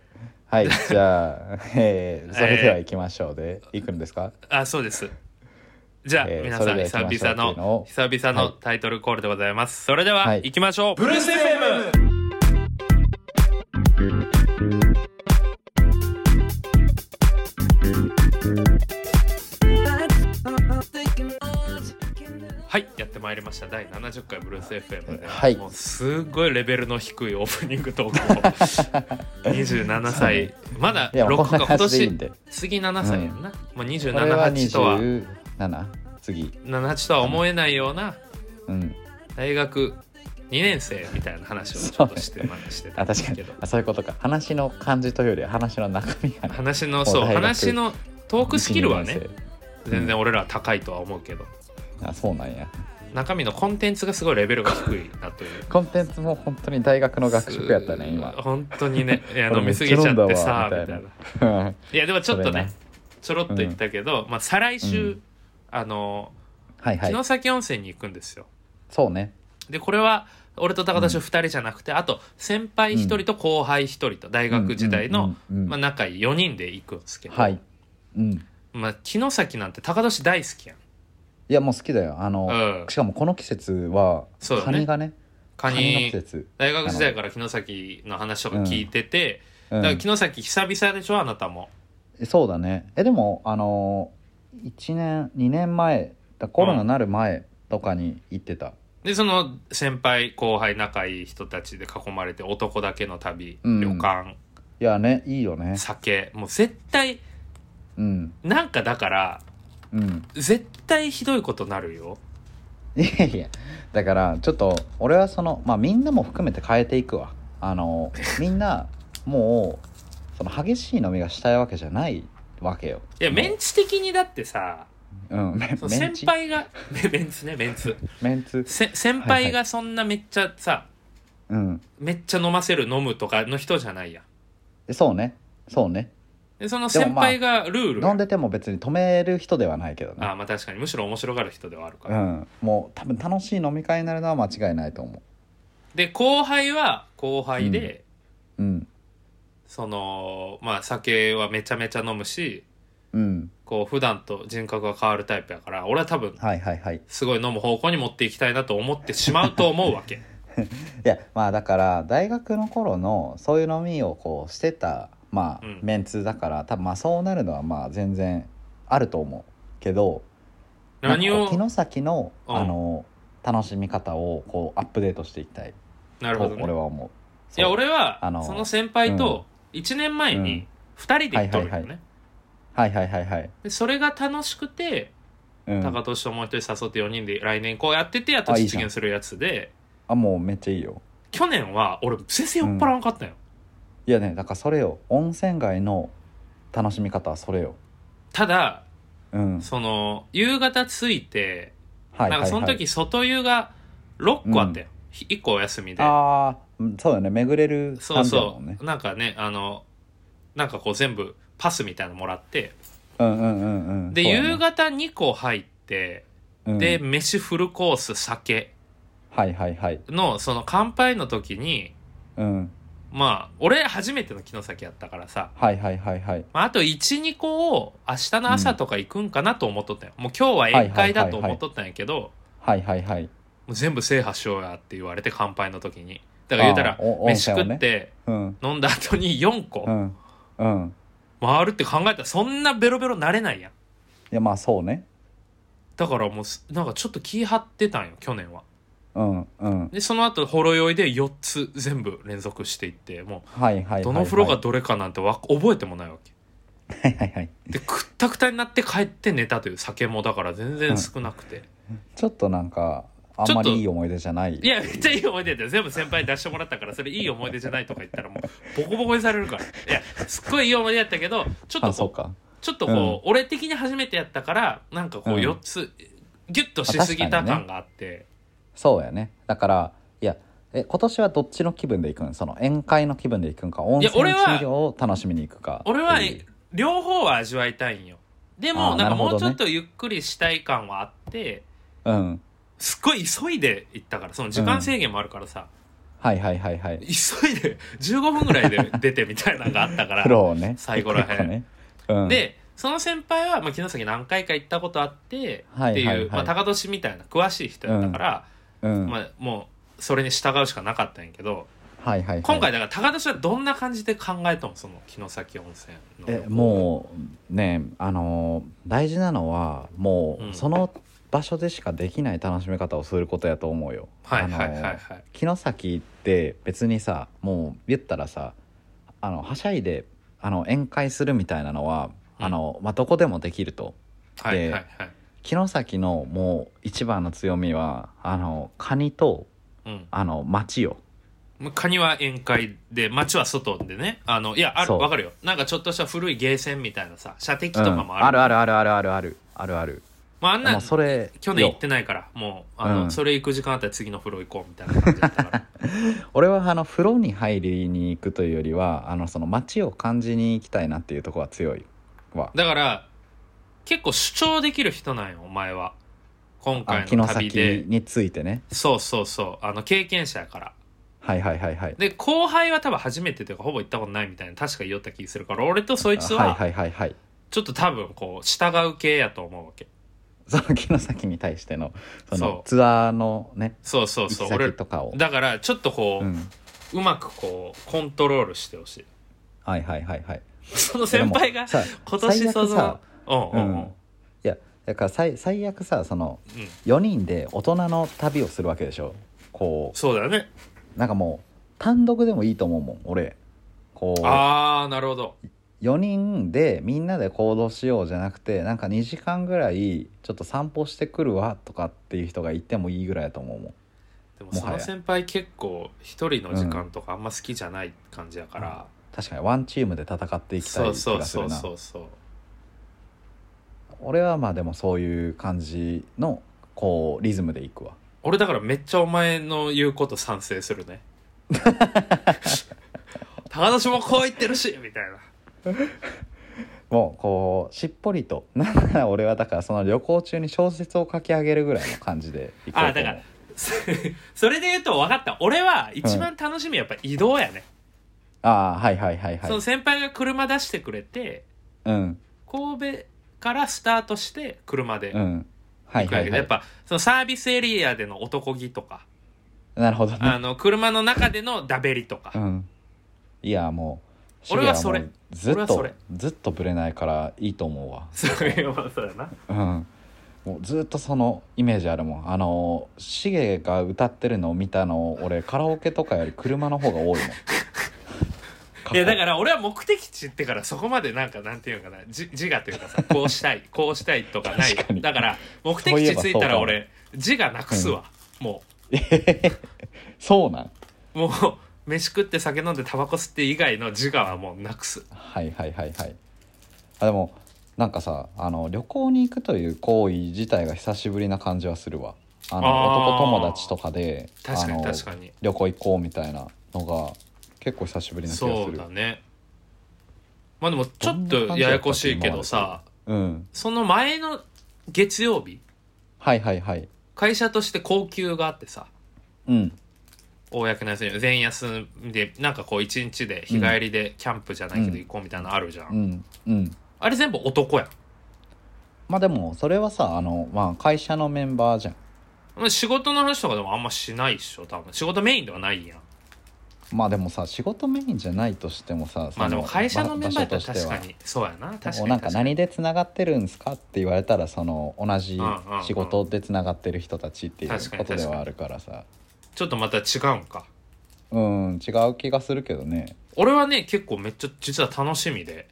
Speaker 2: はいじゃあ、 えーそれでは行きましょうで、行くんですか
Speaker 1: あそうですじゃあ、
Speaker 2: えー
Speaker 1: 皆
Speaker 2: そ
Speaker 1: さん
Speaker 2: れでは行き
Speaker 1: 久
Speaker 2: ましょう
Speaker 1: 々
Speaker 2: っていう
Speaker 1: の
Speaker 2: のを
Speaker 1: 久々のタイトルコールでございます、それでは、
Speaker 2: はい
Speaker 1: 行きましょうブルース FM はいやってまいりました第70回ブルース FM で、
Speaker 2: はい
Speaker 1: もうすごいレベルの低いオープニングトー クを27歳まだ
Speaker 2: いやもうこん
Speaker 1: 6
Speaker 2: な
Speaker 1: か今
Speaker 2: 感じでいいん
Speaker 1: 年
Speaker 2: で
Speaker 1: 次7歳やんな、もう
Speaker 2: これは
Speaker 1: 278とは
Speaker 2: 27次
Speaker 1: 78とは思えないような
Speaker 2: うん
Speaker 1: 大学2年生みたいな話をちょっとしてましてた
Speaker 2: あ
Speaker 1: んで
Speaker 2: 確か
Speaker 1: す
Speaker 2: に
Speaker 1: けど
Speaker 2: あそういうことか話の感じというより話の中身がね
Speaker 1: 話のそう
Speaker 2: もう大学
Speaker 1: 話のトークスキルはね
Speaker 2: 1 2生
Speaker 1: 全然俺らは高いとは思うけど
Speaker 2: あそうなんや
Speaker 1: 中身のコンテンツがすごいレベルが低いなという
Speaker 2: コンテンツも本当に大学の学食やったね今
Speaker 1: 本当に ねいや
Speaker 2: 俺
Speaker 1: 飲みすぎちゃってさみ
Speaker 2: め
Speaker 1: た
Speaker 2: っ
Speaker 1: い
Speaker 2: ちゃ
Speaker 1: な
Speaker 2: 飲んうん
Speaker 1: いやでもちょっと
Speaker 2: それな
Speaker 1: ねちょろっと言ったけど、まあ、再来週、
Speaker 2: うん
Speaker 1: あの
Speaker 2: はいは
Speaker 1: 城
Speaker 2: い
Speaker 1: 崎温泉に行くんですよ
Speaker 2: そうね
Speaker 1: でこれは俺と高田氏2人じゃなくて、あと先輩1人と後輩1人と大学時代の、
Speaker 2: うんうんうん
Speaker 1: まあ、仲いい4人で行くんですけど、
Speaker 2: はいうん
Speaker 1: まあ、城崎なんて高田氏大好きやん
Speaker 2: いやもう好きだよあの、
Speaker 1: うん
Speaker 2: しかもこの季節は
Speaker 1: そうだね
Speaker 2: カニがね
Speaker 1: カニ
Speaker 2: の季節
Speaker 1: 大学時代から城崎の話とか聞いてて、
Speaker 2: うん
Speaker 1: だから城崎久々でしょあなたも
Speaker 2: そうだねえでもあの1年2年前だコロナなる前とかに行ってた、
Speaker 1: でその先輩後輩仲いい人たちで囲まれて男だけの旅、
Speaker 2: うん
Speaker 1: 旅館
Speaker 2: いやねいいよね
Speaker 1: 酒もう絶対
Speaker 2: うん
Speaker 1: なんかだから
Speaker 2: うん
Speaker 1: 絶対ひどいことなるよ
Speaker 2: いやいやだからちょっと俺はそのまあみんなも含めて変えていくわあのみんなもうその激しい飲みがしたいわけじゃないわけよ
Speaker 1: いやメンチ的にだってさ
Speaker 2: うんメ
Speaker 1: その
Speaker 2: メン
Speaker 1: 先
Speaker 2: チ
Speaker 1: 輩がめメンツねメンツ
Speaker 2: メンツ
Speaker 1: せ先輩がそんなめっちゃさ、
Speaker 2: うん
Speaker 1: めっちゃ飲ませる飲むとかの人じゃないやん
Speaker 2: そうねそうね
Speaker 1: でその
Speaker 2: でも
Speaker 1: 先
Speaker 2: まあ
Speaker 1: 輩がルールや
Speaker 2: 飲んでても別に止める人ではないけど
Speaker 1: あ
Speaker 2: ね
Speaker 1: あまあ確かにむしろ面白がる人ではあるか
Speaker 2: う
Speaker 1: ら、
Speaker 2: んもう多分楽しい飲み会になるのは間違いないと思
Speaker 1: で後輩は後輩で、
Speaker 2: ううん
Speaker 1: そのまあ酒はめちゃめちゃ飲むし
Speaker 2: うん
Speaker 1: こう普段と人格が変わるタイプやから俺は多分
Speaker 2: はいはいはいい
Speaker 1: すごい飲む方向に持っていきたいなと思ってしまうと思うわけ
Speaker 2: やまあだから大学の頃のそういう飲みをこうしてたまあ、
Speaker 1: うん
Speaker 2: メンツだから多分まあそうなるのはまあ全然あると思うけど なんか
Speaker 1: 何
Speaker 2: こう
Speaker 1: を
Speaker 2: 城崎の、
Speaker 1: うん
Speaker 2: あの楽しみ方をこうアップデートしていきたい
Speaker 1: な
Speaker 2: と
Speaker 1: るほど、ね、
Speaker 2: 俺は思う
Speaker 1: いや
Speaker 2: そう
Speaker 1: 俺は
Speaker 2: あの
Speaker 1: その先輩と1年前
Speaker 2: う
Speaker 1: に
Speaker 2: ん
Speaker 1: 2人で行っとるよね、
Speaker 2: はいはいははいはいはいはい、
Speaker 1: でそれが楽しくて
Speaker 2: うん、
Speaker 1: 高俊ともう一人誘って4人で来年こうやっててやっと
Speaker 2: あいいじ
Speaker 1: 実
Speaker 2: ゃん
Speaker 1: 現するやつで
Speaker 2: あもうめっちゃいいよ
Speaker 1: 去年は俺全然酔っ払わんかったよ、
Speaker 2: いいやねだからそれよ温泉街の楽しみ方はそれよ
Speaker 1: ただ
Speaker 2: うん
Speaker 1: その夕方着いて
Speaker 2: はい
Speaker 1: なんかその
Speaker 2: はい
Speaker 1: 時外湯が6個あったよ、ひ一1個お休みで
Speaker 2: はい、ああーそうだね巡れる
Speaker 1: そう
Speaker 2: 感じだ
Speaker 1: そ
Speaker 2: も
Speaker 1: う、
Speaker 2: んね
Speaker 1: なんかねあのなんかこう全部パスみたいなのもらって
Speaker 2: うんうんうんうん
Speaker 1: で、
Speaker 2: そうだね
Speaker 1: 夕方2個入って
Speaker 2: うん
Speaker 1: で、飯フルコース酒
Speaker 2: はいはいはい
Speaker 1: のその乾杯の時に
Speaker 2: うん
Speaker 1: まあ俺初めての城崎やったからさ、
Speaker 2: はいはいはいはい
Speaker 1: まあ、あと12個を明日の朝とか行くんかなと思っとったよ、もう今日は宴会だと思っとったんやけど、
Speaker 2: はいはいはい
Speaker 1: もう全部制覇しようやって言われて乾杯の時にだから言うた
Speaker 2: あ
Speaker 1: ら
Speaker 2: ーお温
Speaker 1: 飯
Speaker 2: 泉を
Speaker 1: 食
Speaker 2: ね
Speaker 1: って
Speaker 2: うん
Speaker 1: 飲んだ後に4
Speaker 2: う
Speaker 1: 個
Speaker 2: んうん
Speaker 1: 回るって考えたらそんなベロベロなれないやん
Speaker 2: いやまあそうね
Speaker 1: だからもうすなんかちょっと気張ってたんよ去年は
Speaker 2: うんうん
Speaker 1: でその後ほろ酔いで4つ全部連続していっても
Speaker 2: はいはいはい、は
Speaker 1: う
Speaker 2: い、
Speaker 1: どの風呂がどれかなんてわ覚えてもないわけ
Speaker 2: はいはいはい
Speaker 1: でくったくたになって帰って寝たという酒もだから全然少なくて、
Speaker 2: ちょっとなんかあんまりいい思い出じゃない
Speaker 1: いやめっちゃいい思い出だよ全部先輩に出してもらったからそれいい思い出じゃないとか言ったらもうボコボコにされるからいやすっごいいい思い出やったけどちょっ
Speaker 2: あ
Speaker 1: と
Speaker 2: そう
Speaker 1: こう
Speaker 2: か
Speaker 1: ちょっとこう、俺的に初めてやったからなんかこう
Speaker 2: うん
Speaker 1: 4つ、ギュッとしすぎた感があって
Speaker 2: そうやねだからいやえ今年はどっちの気分で行くんその宴会の気分で行くんか温泉
Speaker 1: 俺は
Speaker 2: 治療を楽しみに行くか
Speaker 1: 俺は
Speaker 2: っていう
Speaker 1: 両方は味わいたいんよで
Speaker 2: あ
Speaker 1: も
Speaker 2: ー
Speaker 1: なん
Speaker 2: な
Speaker 1: か
Speaker 2: るほ
Speaker 1: も
Speaker 2: ど
Speaker 1: う
Speaker 2: ね
Speaker 1: ちょっとゆっくりしたい感はあって
Speaker 2: うん
Speaker 1: すっごい急いで行ったからその時間制限もあるからさ、
Speaker 2: はいはいはいはい
Speaker 1: 急いで15分ぐらい で出てみたいなのがあったから
Speaker 2: 風呂をね
Speaker 1: 最後らへん
Speaker 2: 結構ねうん、
Speaker 1: でその先輩は、まあ、城崎何回か行ったことあって、
Speaker 2: はい
Speaker 1: っていう、
Speaker 2: はいはい
Speaker 1: まあ、高年みたいな詳しい人やったから、
Speaker 2: うん
Speaker 1: まあ、もうそれに従うしかなかったんやけど
Speaker 2: はいはいはい
Speaker 1: 今回だから高年はどんな感じで考えたのその城崎温泉の
Speaker 2: えもうねあのー大事なのはも
Speaker 1: うん
Speaker 2: うその場所でしかできない楽しみ方をすることやと思うよ。
Speaker 1: はい
Speaker 2: あの
Speaker 1: はいはいはい、
Speaker 2: 城崎って別にさもう言ったらさあのはしゃいであの宴会するみたいなのは、
Speaker 1: うん
Speaker 2: あのまあ、どこでもできると
Speaker 1: はいはいはい
Speaker 2: 城崎のもう一番の強みはあのカニと
Speaker 1: うん
Speaker 2: あの町よ
Speaker 1: まあカニは宴会で街は外でねあのいやある
Speaker 2: そう
Speaker 1: わかるよなんかちょっとした古いゲーセンみたいなさ射的
Speaker 2: う
Speaker 1: と
Speaker 2: ん
Speaker 1: かもある,、
Speaker 2: あるあるあるあるあるあるあるある
Speaker 1: まあ、あんな
Speaker 2: もうそれ
Speaker 1: 去年
Speaker 2: よ
Speaker 1: 行ってないからもうあの、
Speaker 2: うん
Speaker 1: それ行く時間あったら次の風呂行こうみたいな感じだった から
Speaker 2: 俺はあの風呂に入りに行くというよりはあのその街を感じに行きたいなっていうところは強いわ
Speaker 1: だから結構主張できる人なんよお前は今
Speaker 2: あ
Speaker 1: 回の
Speaker 2: 城
Speaker 1: 旅
Speaker 2: 崎
Speaker 1: で
Speaker 2: についてね
Speaker 1: そうそうそうあの経験者やから
Speaker 2: はいはいはいはい
Speaker 1: で後輩は多分初めてというかほぼ行ったことないみたいな確か言おった気するから俺とそいつ
Speaker 2: はい
Speaker 1: は
Speaker 2: はいはいはい
Speaker 1: ちょっと多分こう従う系やと思うわけ
Speaker 2: その城崎に対してのそ
Speaker 1: そう
Speaker 2: のツアーのね
Speaker 1: そうそう
Speaker 2: 行き
Speaker 1: そう
Speaker 2: 先
Speaker 1: 俺
Speaker 2: とかを
Speaker 1: だからちょっとこ
Speaker 2: う
Speaker 1: う、うんまくこうコントロールしてほしい
Speaker 2: はいはいはいはい
Speaker 1: その先輩が
Speaker 2: でもさ
Speaker 1: 今年
Speaker 2: 最
Speaker 1: そ
Speaker 2: 悪
Speaker 1: の
Speaker 2: さ
Speaker 1: うんうんうん、
Speaker 2: うんいやだから最最悪さその
Speaker 1: うん、
Speaker 2: 4人で大人の旅をするわけでしょこ
Speaker 1: そうだよね
Speaker 2: うなんかもう単独でもいいと思うもん俺こう
Speaker 1: ああなるほど
Speaker 2: 4人でみんなで行動しようじゃなくてなんか2時間ぐらいちょっと散歩してくるわとかっていう人がいてもいいぐらいだと思うもん
Speaker 1: でも
Speaker 2: も
Speaker 1: そ
Speaker 2: は
Speaker 1: の
Speaker 2: や
Speaker 1: 先輩結構一人の時間とかあんま好きじゃない感じやから、
Speaker 2: 確かにワンチームで戦っていきた
Speaker 1: そ
Speaker 2: いう気
Speaker 1: そう
Speaker 2: がす
Speaker 1: そ
Speaker 2: る
Speaker 1: う
Speaker 2: な
Speaker 1: そうそう
Speaker 2: 俺はまあでもそういう感じのこうリズムでいくわ
Speaker 1: 俺だからめっちゃお前の言うこと賛成する ね高田氏もこう言ってるしみたいな
Speaker 2: もうこうしっぽりとなんなら俺はだからその旅行中に小説を書き上げるぐらいの感じでいこうと思う
Speaker 1: あだからそそれで言うと分かった俺は一番楽しみやっぱ移動やね、
Speaker 2: ああはいはいはいは
Speaker 1: その
Speaker 2: い
Speaker 1: 先輩が車出してくれて
Speaker 2: うん
Speaker 1: 神戸からスタートして車で
Speaker 2: う
Speaker 1: 行
Speaker 2: んはい
Speaker 1: くわ
Speaker 2: は
Speaker 1: けで
Speaker 2: いは
Speaker 1: やっ
Speaker 2: い
Speaker 1: ぱそのサービスエリアでの男気とか
Speaker 2: なるほど
Speaker 1: あ
Speaker 2: ね
Speaker 1: の車の中でのダベリとか、
Speaker 2: うんいやもう
Speaker 1: 俺は
Speaker 2: シゲも
Speaker 1: そ
Speaker 2: う
Speaker 1: れ
Speaker 2: ず
Speaker 1: 俺は
Speaker 2: っ
Speaker 1: そ
Speaker 2: と
Speaker 1: れ
Speaker 2: ずっとぶれないからいいと思うわ
Speaker 1: そういやまあそうやな
Speaker 2: うんもうずっとそのイメージあるもんあのシゲが歌ってるのを見たの俺カラオケとかより車の方が多いも ん
Speaker 1: いやだから俺は目的地ってからそこまでなんかなんていうのかなじ自我というかさこうした いこうしたいとかない
Speaker 2: 確かに
Speaker 1: だから目的
Speaker 2: そういえ
Speaker 1: 地
Speaker 2: ば
Speaker 1: 着い
Speaker 2: そう
Speaker 1: た
Speaker 2: からも
Speaker 1: 俺自我なくすわ、も
Speaker 2: そうなん
Speaker 1: うもう飯食って酒飲んでタバコ吸って以外の自我はもうなくす
Speaker 2: はいはいはいはいあでもなんかさあの旅行に行くという行為自体が久しぶりな感じはするわあの
Speaker 1: あー
Speaker 2: 男友達とかで
Speaker 1: 確か
Speaker 2: あ
Speaker 1: に
Speaker 2: の
Speaker 1: 確かに
Speaker 2: 旅行行こうみたいなのが結構久しぶりな気が
Speaker 1: そ
Speaker 2: す
Speaker 1: う
Speaker 2: る
Speaker 1: だねまあでもちょっ
Speaker 2: どんな
Speaker 1: と
Speaker 2: 感じだった
Speaker 1: ややこしいけどさ
Speaker 2: うん
Speaker 1: その前の月曜日
Speaker 2: はいはいはい
Speaker 1: 会社として高級があってさ
Speaker 2: うん
Speaker 1: 公の休み全休みでなんかこう一日で日帰りでキャンプじゃないけど行こうみたいなのあるじゃん、
Speaker 2: うんうん
Speaker 1: あれ全部男やん
Speaker 2: まあでもそれはさあの、まあ、会社のメンバーじゃん
Speaker 1: まあ仕事の話とかでもあんましないっしょ多分仕事メインではないやん
Speaker 2: まあでもさ仕事メインじゃないとしてもさ
Speaker 1: まあでも会社のメンバーだ
Speaker 2: と
Speaker 1: っ
Speaker 2: したて
Speaker 1: ら確
Speaker 2: は
Speaker 1: かにそうやな確かに
Speaker 2: もうなんか
Speaker 1: 確に
Speaker 2: 何でつながってるんですかって言われたらその同じ
Speaker 1: うんうんうん
Speaker 2: 仕事でつながってる人たちっていう
Speaker 1: 確かに
Speaker 2: ことではあるからさ
Speaker 1: ちょっとまた違うんか
Speaker 2: うん違う気がするけどね
Speaker 1: 俺はね結構めっちゃ実は楽しみで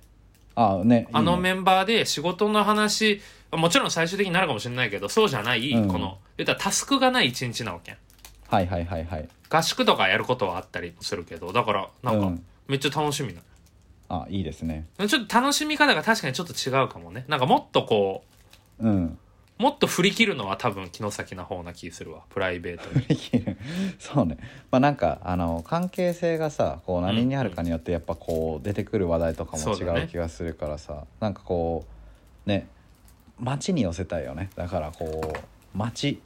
Speaker 2: あね
Speaker 1: あの
Speaker 2: 面
Speaker 1: メンバーで仕事の話もちろん最終的になるかもしれないけどそうじゃない、
Speaker 2: うん
Speaker 1: この言ったらタスクがない一日なわけやん
Speaker 2: はいはいはいはい
Speaker 1: 合宿とかやることはあったりするけどだからなん
Speaker 2: う
Speaker 1: か
Speaker 2: ん
Speaker 1: めっちゃ楽しみな、
Speaker 2: あいいですね
Speaker 1: ちょっと楽しみ方が確かにちょっと違うかもねなんかもっとこ
Speaker 2: うん
Speaker 1: うもっと振り切るのは多分城崎な方な気するわプライベー トに
Speaker 2: そうねまあなんかあの関係性がさこう何にあるかによってやっぱこう出てくる話題とかも
Speaker 1: そうだ
Speaker 2: 違
Speaker 1: ね
Speaker 2: う気がするからさ、なんかこうね街に寄せたいよねだからこう街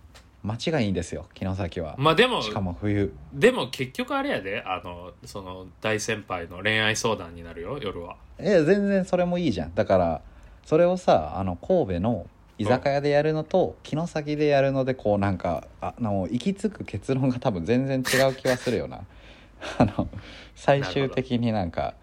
Speaker 2: 街がいいんですよ城崎は、
Speaker 1: まあでも
Speaker 2: しかも冬
Speaker 1: でも結局あれやであのその大先輩の恋愛相談になるよ夜は
Speaker 2: え全然それもいいじゃんだからそれをさあの神戸の居酒屋でやるのと城崎でやるのでこうなんかああの行き着く結論が多分全然違う気はするよな あの最終的になんか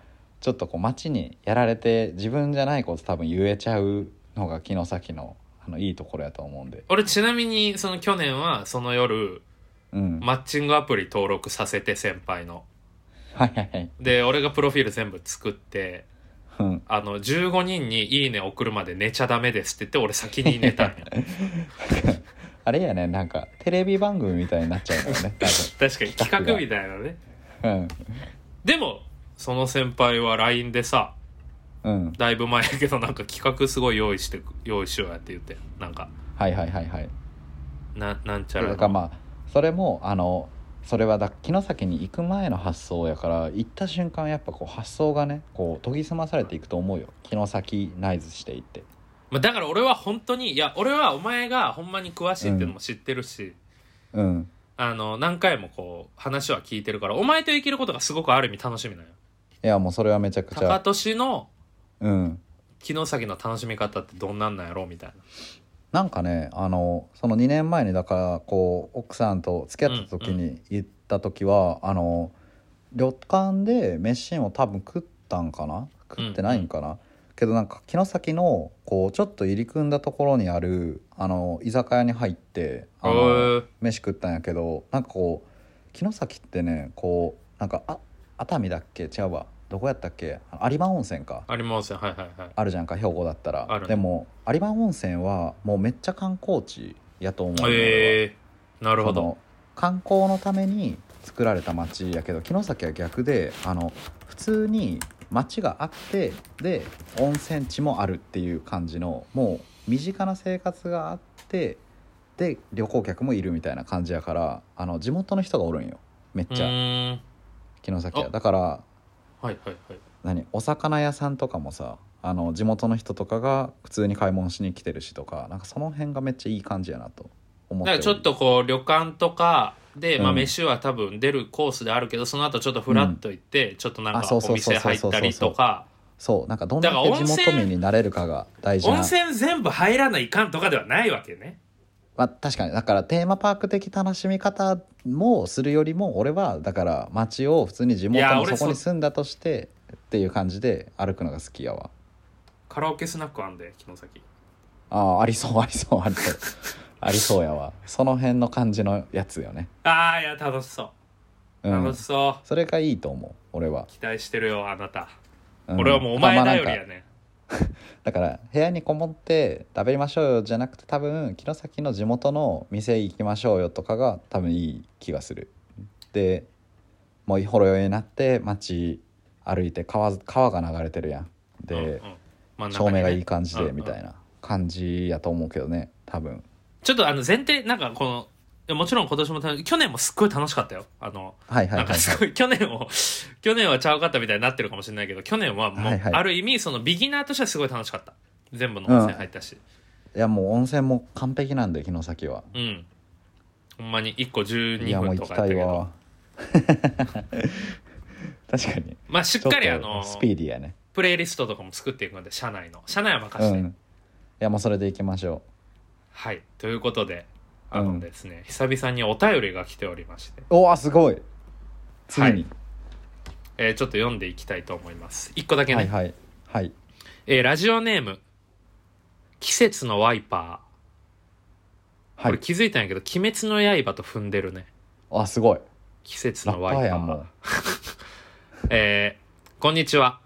Speaker 2: ちょっとこう街にやられて自分じゃないこと多分言えちゃうのが城崎のあのいいところやと思うんで、
Speaker 1: 俺ちなみにその去年はその夜
Speaker 2: うん、
Speaker 1: マッチングアプリ登録させて先輩の
Speaker 2: はいはいはい、
Speaker 1: で俺がプロフィール全部作って
Speaker 2: うん、
Speaker 1: あの15人に「いいね」送るまで寝ちゃダメですって言って俺先に寝 たんや
Speaker 2: あれやねなんかテレビ番組みたいになっちゃうからね
Speaker 1: 確かに企画みたいなね
Speaker 2: 多分
Speaker 1: でもその先輩は LINE でさ
Speaker 2: うんうん
Speaker 1: だいぶ前やけどなんか企画すごい用意してく用意しようやって言ってなんか
Speaker 2: はいはいはいはい
Speaker 1: ななんちゃら
Speaker 2: だ
Speaker 1: の
Speaker 2: からまあそれもあのそれはだ城崎に行く前の発想やから行った瞬間やっぱこう発想がねこう研ぎ澄まされていくと思うよ城崎ナイズしていって
Speaker 1: まあ、だから俺は本当にいや俺はお前がほんまに詳しいっていうのも知ってるし、
Speaker 2: うん
Speaker 1: あの何回もこう話は聞いてるからお前と生きることがすごくある意味楽しみなのよ
Speaker 2: いやもうそれはめちゃくち
Speaker 1: 高
Speaker 2: ゃ
Speaker 1: 俊の
Speaker 2: うん
Speaker 1: 城崎の楽しみ方ってどんなんなんやろうみたい
Speaker 2: なんかねあのその2年前にだからこう奥さんと付き合ってた時に行った時は、あの旅館で飯を多分食ったんかな食ってないんかな、けどなんか城崎のこうちょっと入り組んだところにあるあの居酒屋に入ってあ
Speaker 1: な
Speaker 2: の
Speaker 1: へえ
Speaker 2: 飯食ったんやけどなんかこう城崎ってねこうなんかあ熱海だっけ違うわどこやったっけあの有馬温泉か
Speaker 1: ありますよはいはいはい
Speaker 2: あるじゃんか兵庫だった
Speaker 1: あ
Speaker 2: ら
Speaker 1: る
Speaker 2: でも有馬温泉はもうめっちゃ観光地やと思う
Speaker 1: へ
Speaker 2: え
Speaker 1: えなるほど
Speaker 2: 観光のために作られた町やけど城崎は逆であの普通に町があってで温泉地もあるっていう感じのもう身近な生活があってで旅行客もいるみたいな感じやからあの地元の人がおるんよめっ
Speaker 1: う
Speaker 2: ちゃ
Speaker 1: ーん
Speaker 2: 城崎は
Speaker 1: あ
Speaker 2: だから
Speaker 1: はいはいはい
Speaker 2: 何お魚屋さんとかもさあの地元の人とかが普通に買い物しに来てるしとかなんかその辺がめっちゃいい感じやなと思
Speaker 1: だ
Speaker 2: って
Speaker 1: か
Speaker 2: お
Speaker 1: らちょ
Speaker 2: り
Speaker 1: っとこう旅館とかで、まあ、
Speaker 2: うん
Speaker 1: 飯は多分出るコースであるけど、その後ちょっとフラッと行って、ちょっとなん
Speaker 2: あ
Speaker 1: か
Speaker 2: そう
Speaker 1: お
Speaker 2: そうそう
Speaker 1: 店
Speaker 2: そうそう
Speaker 1: 入
Speaker 2: そ
Speaker 1: っ
Speaker 2: う
Speaker 1: たりとか
Speaker 2: そうなんかどんだ
Speaker 1: だか
Speaker 2: け
Speaker 1: ら温
Speaker 2: 地
Speaker 1: 泉
Speaker 2: 元民になれるかが大事な
Speaker 1: 温泉全部入らないかんとかではないわけね
Speaker 2: まあ、確かにだからテーマパーク的楽しみ方もするよりも俺はだから街を普通に地元
Speaker 1: いや
Speaker 2: の
Speaker 1: 俺
Speaker 2: そ
Speaker 1: そ
Speaker 2: こに住んだとしてっていう感じで歩くのが好きやわ
Speaker 1: カラオケスナックあんで城崎
Speaker 2: ああありそうありそうありそうありそうやわその辺の感じのやつよね
Speaker 1: ああいや楽しそうう楽
Speaker 2: ん
Speaker 1: しそう、
Speaker 2: それがいいと思う俺は、
Speaker 1: 期待してるよあなた、
Speaker 2: うん
Speaker 1: 俺はもうお前
Speaker 2: まあまあ
Speaker 1: 頼
Speaker 2: なん
Speaker 1: り
Speaker 2: か
Speaker 1: やね、
Speaker 2: だから部屋にこもって食べましょうよじゃなくて多分城崎の地元の店行きましょうよとかが多分いい気がするでもうほろ酔いになって街歩いて川川が流れてるやんで、
Speaker 1: うんうん真ん中にね
Speaker 2: 照明がいい感じでみた
Speaker 1: うん
Speaker 2: い
Speaker 1: うん
Speaker 2: な感じやと思うけどね多分
Speaker 1: ちょっとあの前提なんかこのいやもちろん今年も楽し去年もすっごい楽しかったよあの
Speaker 2: はいは
Speaker 1: なん
Speaker 2: いはい
Speaker 1: か
Speaker 2: はい
Speaker 1: すごい去年を 去年はちゃうかったみたいになってるかもしれないけど去年はもう、
Speaker 2: はいはい
Speaker 1: ある意味そのビギナーとしてはすごい楽しかった全部の温泉入ったし
Speaker 2: いやもう温泉も完璧なんで城崎は
Speaker 1: うん、ほんまに1個
Speaker 2: い
Speaker 1: 12
Speaker 2: やもう
Speaker 1: 分
Speaker 2: 行
Speaker 1: と
Speaker 2: き
Speaker 1: かやったた
Speaker 2: い
Speaker 1: けど
Speaker 2: わ 確かに
Speaker 1: まあしっ
Speaker 2: ちょっ
Speaker 1: かりあの
Speaker 2: とスピーディーやね
Speaker 1: プレイリストとかも作っていくので社内の社内は任
Speaker 2: う
Speaker 1: せて、
Speaker 2: んいやもうそれで行きましょ
Speaker 1: はいということであ
Speaker 2: う
Speaker 1: の
Speaker 2: ん
Speaker 1: ですね、久々にお便りが来ておりまして、
Speaker 2: うおーすごいついに、
Speaker 1: えーちょっと読んでいきたいと思います1個だけね、
Speaker 2: はいはいはい
Speaker 1: えーラジオネーム季節のワイパー
Speaker 2: は
Speaker 1: これ
Speaker 2: い
Speaker 1: 気づいたんやけど「鬼滅の刃」と踏んでるね
Speaker 2: あすごい
Speaker 1: 季節
Speaker 2: ラ
Speaker 1: の
Speaker 2: ッパ
Speaker 1: ワ
Speaker 2: ー
Speaker 1: イパ
Speaker 2: や
Speaker 1: ー
Speaker 2: んもう
Speaker 1: えーこんにちは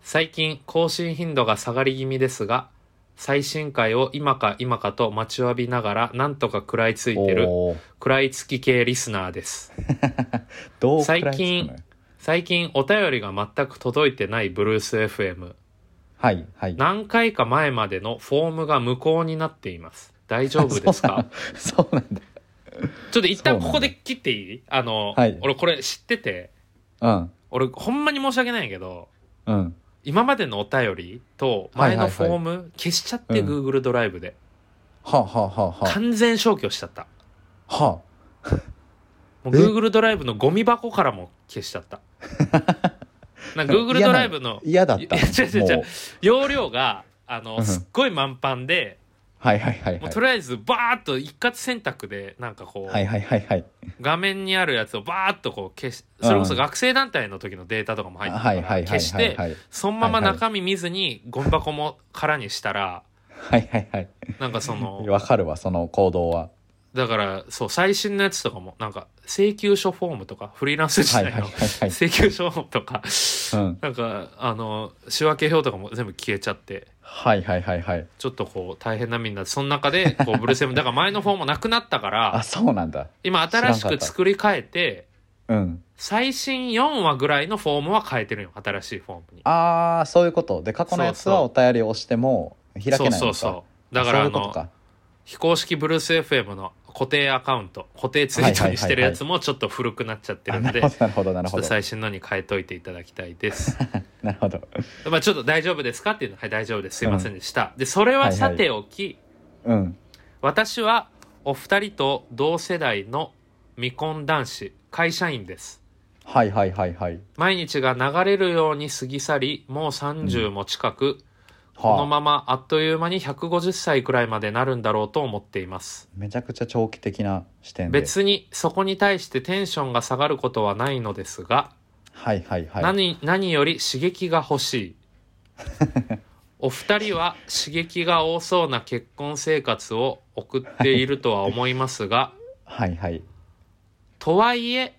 Speaker 1: 最近更新頻度が下がり気味ですが最新回を今か今かと待ちわびながらなんとか食らいついてる
Speaker 2: おー
Speaker 1: 食らいつき系リスナーです
Speaker 2: どう
Speaker 1: 最
Speaker 2: 食らいつくのよ
Speaker 1: 近最近お便りが全く届いてないブルース FM
Speaker 2: はいはい
Speaker 1: 何回か前までのフォームが無効になっています大丈夫ですか
Speaker 2: そうなんだ
Speaker 1: ちょっと一旦
Speaker 2: そ
Speaker 1: こ
Speaker 2: うなんだ
Speaker 1: こで切っていいあの、
Speaker 2: はい
Speaker 1: 俺これ知ってて
Speaker 2: うん
Speaker 1: 俺ほんまに申し訳ないんやけど
Speaker 2: うん
Speaker 1: 今までのお便りと
Speaker 2: は
Speaker 1: 前
Speaker 2: いはいは
Speaker 1: の
Speaker 2: い
Speaker 1: フォーム消しちゃって
Speaker 2: うん
Speaker 1: Google ドライブで
Speaker 2: はあ、はあはあは
Speaker 1: 完全消去しちゃった
Speaker 2: あ、は
Speaker 1: もう
Speaker 2: え
Speaker 1: Google ドライブのゴミ箱からも消しちゃった なんか Google ドライブの
Speaker 2: あ、嫌だっ
Speaker 1: いや違
Speaker 2: た
Speaker 1: う違う違う
Speaker 2: もう
Speaker 1: 容量があ
Speaker 2: う
Speaker 1: の
Speaker 2: ん
Speaker 1: すっごい満帆で
Speaker 2: はいはいは
Speaker 1: も
Speaker 2: いは
Speaker 1: う
Speaker 2: い
Speaker 1: とりあえずバーッと一括選択でなんかこう
Speaker 2: はいはいはいはい
Speaker 1: 画面にあるやつをバーッとこう消しそれこそ学生団体の時のデータとかも入ってた
Speaker 2: は
Speaker 1: か
Speaker 2: い
Speaker 1: ら
Speaker 2: はいはい
Speaker 1: 消し
Speaker 2: はい
Speaker 1: て
Speaker 2: はい
Speaker 1: そのまま中身見ずにゴミ箱も空にしたら
Speaker 2: はいはいはい
Speaker 1: なんかそ の
Speaker 2: わかるわその行動は
Speaker 1: だからそう最新のやつとかもなんか請求書フォームとかフリーランス時
Speaker 2: はいは
Speaker 1: 代
Speaker 2: いはい
Speaker 1: の
Speaker 2: はい
Speaker 1: 請求書フォームとか
Speaker 2: うん
Speaker 1: なんかあの仕分け表とかも全部消えちゃって
Speaker 2: はいはいはいはい
Speaker 1: ちょっとこう大変なみんなその中でこうブルー セムだから前のフォームなくなったか
Speaker 2: あ
Speaker 1: ら
Speaker 2: そうなんだ
Speaker 1: 今新し
Speaker 2: 知らんか
Speaker 1: く
Speaker 2: った
Speaker 1: 作り変えて
Speaker 2: うん
Speaker 1: 最新4話ぐらいのフォームは変えてるよ新しいフォームに
Speaker 2: ああそういうことで過去のやつは
Speaker 1: そう
Speaker 2: お便りを押しても開けないのか
Speaker 1: そうそうそうだからあ
Speaker 2: そういうこと
Speaker 1: の
Speaker 2: か
Speaker 1: 非公式ブルース FM の固定アカウント固定ツイートにしてるやつもちょっと古くなっちゃって
Speaker 2: あ
Speaker 1: るん
Speaker 2: な
Speaker 1: で
Speaker 2: るほどなるほどなる
Speaker 1: ちょ
Speaker 2: ほ
Speaker 1: っと
Speaker 2: ど
Speaker 1: 最新のに変えといていただきたいです。
Speaker 2: なるほど
Speaker 1: まあちょっと大丈夫ですかっていうのは、はい、大丈夫です。すいませんでした。で、それはさておき、
Speaker 2: うん
Speaker 1: 私はお二人と同世代の未婚男子、会社員です。
Speaker 2: はいはいはいはい
Speaker 1: 毎日が流れるように過ぎ去り、もう30も近く、この
Speaker 2: はあ
Speaker 1: ままあっという間に150歳くらいまでなるんだろうと思っています。
Speaker 2: めちゃくちゃ長期的な視点で
Speaker 1: 別にそこに対してテンションが下がることはないのですが、
Speaker 2: はいはいはい
Speaker 1: 何何より刺激が欲し いお二人は刺激が多そうな結婚生活を送っているとは思いますが
Speaker 2: はいはい
Speaker 1: とはいえ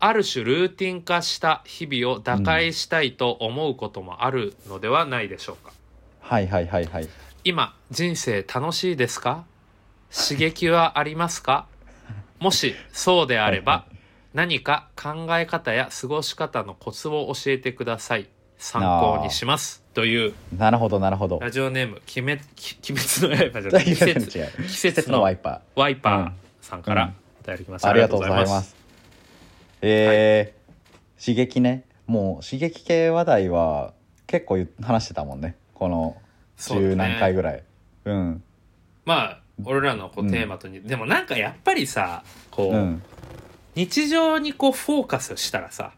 Speaker 1: ある種ルーティン化した日々を打開したいと思うこともあるのではないでしょうか、
Speaker 2: はいはいはいはい
Speaker 1: 今人生楽しいですか刺激はありますかもしそうであれ ば何か考え方や過ごし方のコツを教えてください参考にしますという
Speaker 2: なるほどなるほど
Speaker 1: ラジオネーム「鬼滅き鬼滅の刃」じゃ ない季
Speaker 2: 季節
Speaker 1: 節
Speaker 2: 違う
Speaker 1: 季
Speaker 2: 季
Speaker 1: 節
Speaker 2: 節のワ
Speaker 1: の
Speaker 2: イパ
Speaker 1: ワイパーさんか
Speaker 2: うん
Speaker 1: らお便りきまし
Speaker 2: ー
Speaker 1: た、
Speaker 2: ありがとうございますえー刺激ねもう刺激系話題は結構言話してたもんねこの
Speaker 1: そうだね
Speaker 2: 十何回ぐらいう,、ん
Speaker 1: まあ俺らのこ
Speaker 2: う
Speaker 1: うんテーマとに、でもなんかやっぱりさこう、
Speaker 2: うん
Speaker 1: 日常にこうフォーカスしたらさ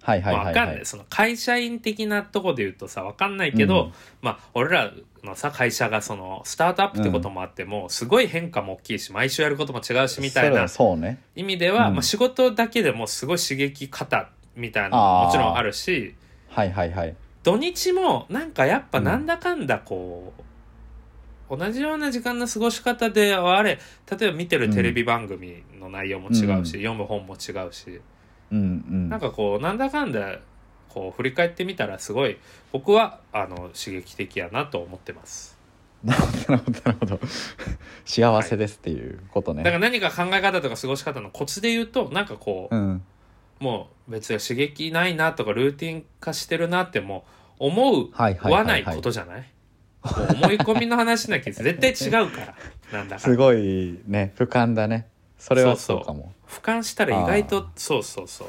Speaker 2: はいはい
Speaker 1: まあ
Speaker 2: は
Speaker 1: わ
Speaker 2: い
Speaker 1: か
Speaker 2: は
Speaker 1: んないいその会社員的なとこで言うとさわかんないけど、
Speaker 2: うん
Speaker 1: まあ俺らのさ会社がそのスタートアップってこともあって、もうすごい変化も大きいし毎週やることも違うしみたい
Speaker 2: それ
Speaker 1: な
Speaker 2: はそうね
Speaker 1: 意味では、
Speaker 2: うん
Speaker 1: まあ、仕事だけでもすごい刺激方みたいなの
Speaker 2: あ
Speaker 1: も
Speaker 2: ー
Speaker 1: もちろんあるし
Speaker 2: はいはいはい
Speaker 1: 土日もなんかやっぱなんだかんだこう、同じような時間の過ごし方ではあれ例えば見てるテレビ番組の内容も違うし、
Speaker 2: う
Speaker 1: 読む本も違うし、
Speaker 2: うんうん
Speaker 1: なんかこうなんだかんだこう振り返ってみたらすごい僕はあの刺激的やなと思ってます
Speaker 2: なるほどなるほどなるほど幸せですっていうことね、
Speaker 1: だから何か考え方とか過ごし方のコツで言うとなんかこう、
Speaker 2: うん
Speaker 1: もう別に刺激ないなとかルーティン化してるなってもう思う
Speaker 2: はいはい
Speaker 1: わ
Speaker 2: は
Speaker 1: ない
Speaker 2: い、は
Speaker 1: こ
Speaker 2: い、
Speaker 1: とじゃない,、思い込みの話なきゃ絶対違うからなんだか
Speaker 2: す
Speaker 1: ら
Speaker 2: ごいね俯瞰だねそれは
Speaker 1: そうそ
Speaker 2: そ
Speaker 1: う
Speaker 2: うかも
Speaker 1: 俯瞰したら意外
Speaker 2: あ
Speaker 1: と
Speaker 2: ー
Speaker 1: そうそうそう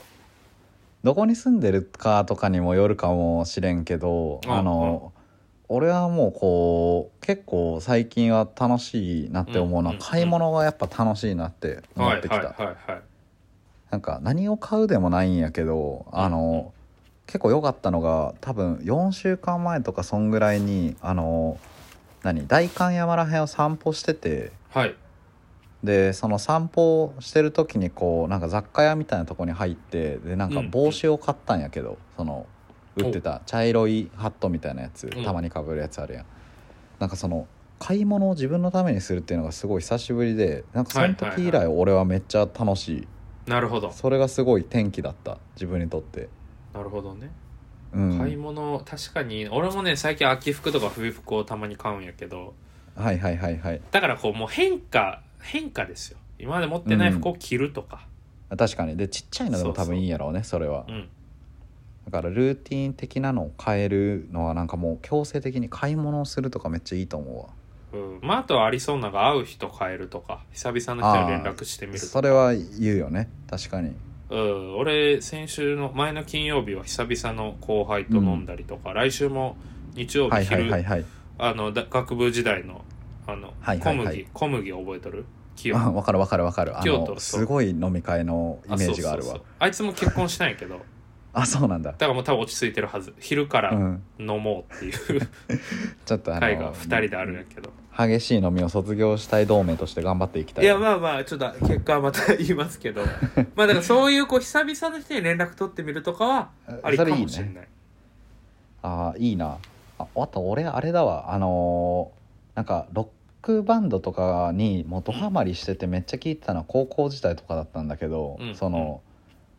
Speaker 2: どこに住んでるかとかにもよるかもしれんけど、
Speaker 1: うん
Speaker 2: あの俺はもうこう結構最近は楽しいなって思うの
Speaker 1: う
Speaker 2: は、
Speaker 1: んうん
Speaker 2: 買い物がやっぱ楽しいなって思
Speaker 1: は
Speaker 2: っ
Speaker 1: い
Speaker 2: てきた、
Speaker 1: はいはいはい
Speaker 2: なんか何を買うでもないんやけどあの結構良かったのが多分4週間前とかそんぐらいにあの何代官山ら辺を散歩してて
Speaker 1: はい
Speaker 2: でその散歩してる時にこうなんか雑貨屋みたいなとこに入ってでなんか
Speaker 1: うん
Speaker 2: 帽子を買ったんやけど、その売ってた茶色いハットみたいなやつ
Speaker 1: うん
Speaker 2: たまにかぶるやつあるやん、なんかその買い物を自分のためにするっていうのがすごい久しぶりでなんかその時以
Speaker 1: はい
Speaker 2: 来俺はめっちゃ楽しい
Speaker 1: なるほど
Speaker 2: それがすごい転機だった自分にとって、
Speaker 1: なるほどね
Speaker 2: うん、
Speaker 1: 買い物確かに俺もね最近秋服とか冬服をたまに買うんやけど
Speaker 2: はいはいはいはい
Speaker 1: だからこうもう変化変化ですよ今まで持ってない服を着るとか、
Speaker 2: 確かにでちっちゃいのでも多
Speaker 1: そうそう
Speaker 2: 分いいんやろうねそれは
Speaker 1: うん
Speaker 2: だからルーティン的なのを変えるのはなんかもう強制的に買い物をするとかめっちゃいいと思うわ
Speaker 1: うんまああとはありそうなのが会う人変えるとか久々の人に連絡してみると
Speaker 2: そ
Speaker 1: か、
Speaker 2: れは言うよね確かに
Speaker 1: うん、俺先週の前の金曜日は久々の後輩と飲んだりとか、来週も日曜
Speaker 2: は
Speaker 1: 日
Speaker 2: いはい
Speaker 1: 昼、
Speaker 2: はいはい
Speaker 1: あのだ学部時代のあの、
Speaker 2: はいはい
Speaker 1: 小
Speaker 2: はい
Speaker 1: 麦小麦覚えとる清
Speaker 2: あ わかるわかるわかるあ
Speaker 1: 京都そう
Speaker 2: のすごい飲み会のイメージがある
Speaker 1: そうそうそ
Speaker 2: わ
Speaker 1: うあいつも結婚しないけどだ
Speaker 2: あそうなんだ
Speaker 1: からもう多分落ち着いてるはず昼か
Speaker 2: う
Speaker 1: ら
Speaker 2: ん
Speaker 1: 飲もうっていう
Speaker 2: ちょっとあ
Speaker 1: 会が
Speaker 2: の
Speaker 1: 2人であるんやけど
Speaker 2: 激しい飲みを卒業したい同盟として頑張っていきたい
Speaker 1: いやまあまあちょっと結果はまた言います けどまあだからそういうこう久々の人に連絡取ってみるとかはありか
Speaker 2: それいい
Speaker 1: もしれない
Speaker 2: ねあーいいなああと俺あれだわあのーなんかロックバンドとかにもうドハマりしててめっちゃ聴いてたのは高校時代とかだったんだけど、
Speaker 1: うん
Speaker 2: その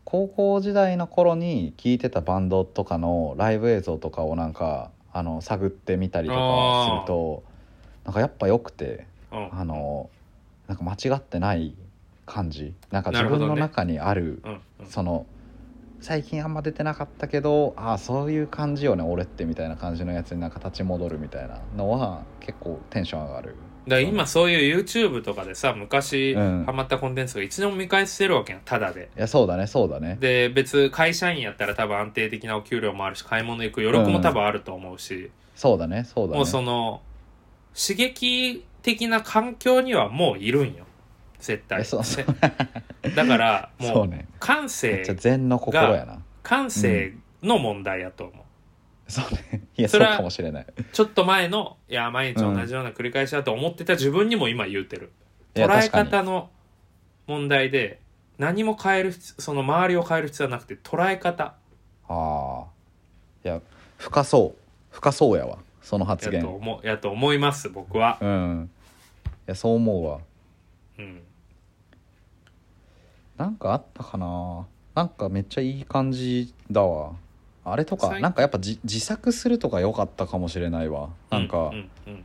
Speaker 2: 高校時代の頃に聴いてたバンドとかのライブ映像とかをなんかあの探ってみたりとかするとなんかやっぱ良くて
Speaker 1: うん
Speaker 2: あのなんか間違ってない感じなんか
Speaker 1: な
Speaker 2: 自
Speaker 1: るほ
Speaker 2: 分
Speaker 1: どね
Speaker 2: の中にある
Speaker 1: うんうん
Speaker 2: その最近あんま出てなかったけどああそういう感じよね俺ってみたいな感じのやつになんか立ち戻るみたいなのは結構テンション上がる
Speaker 1: だから今そういう YouTube とかでさ昔
Speaker 2: うん
Speaker 1: ハマったコンテンツがいつでも見返せるわけやんタダで
Speaker 2: いやそうだねそうだね
Speaker 1: で別会社員やったら多分安定的なお給料もあるし買い物行く余力も多分あると思うし、
Speaker 2: そうだねそうだ
Speaker 1: もうそ
Speaker 2: ね
Speaker 1: の刺激的な環境にはもういるんよ絶対
Speaker 2: えそうそう
Speaker 1: だから
Speaker 2: そ
Speaker 1: も
Speaker 2: う
Speaker 1: う
Speaker 2: ね
Speaker 1: 感
Speaker 2: めっちゃ
Speaker 1: 性
Speaker 2: 禅の心やな
Speaker 1: 感性の問題やと思う、
Speaker 2: そうねいや
Speaker 1: そ
Speaker 2: そ
Speaker 1: れ
Speaker 2: う
Speaker 1: は
Speaker 2: かもしれない
Speaker 1: ちょっと前のいや毎日同じような繰り返しだと思ってた自分にも今言うてる
Speaker 2: いや
Speaker 1: 捉え
Speaker 2: 確かに
Speaker 1: 方の問題で何も変える必その周りを変える必要はなくて捉え方
Speaker 2: ああいや深そう深そうやわその発
Speaker 1: やと
Speaker 2: 言
Speaker 1: 思やと思います僕は、
Speaker 2: うんいやそう思うわ
Speaker 1: うん、
Speaker 2: なんかあったかななんかめっちゃいい感じだわあれと
Speaker 1: 最
Speaker 2: か
Speaker 1: 近
Speaker 2: なんかやっぱ自自作するとか良かったかもしれないわなんか、
Speaker 1: ううん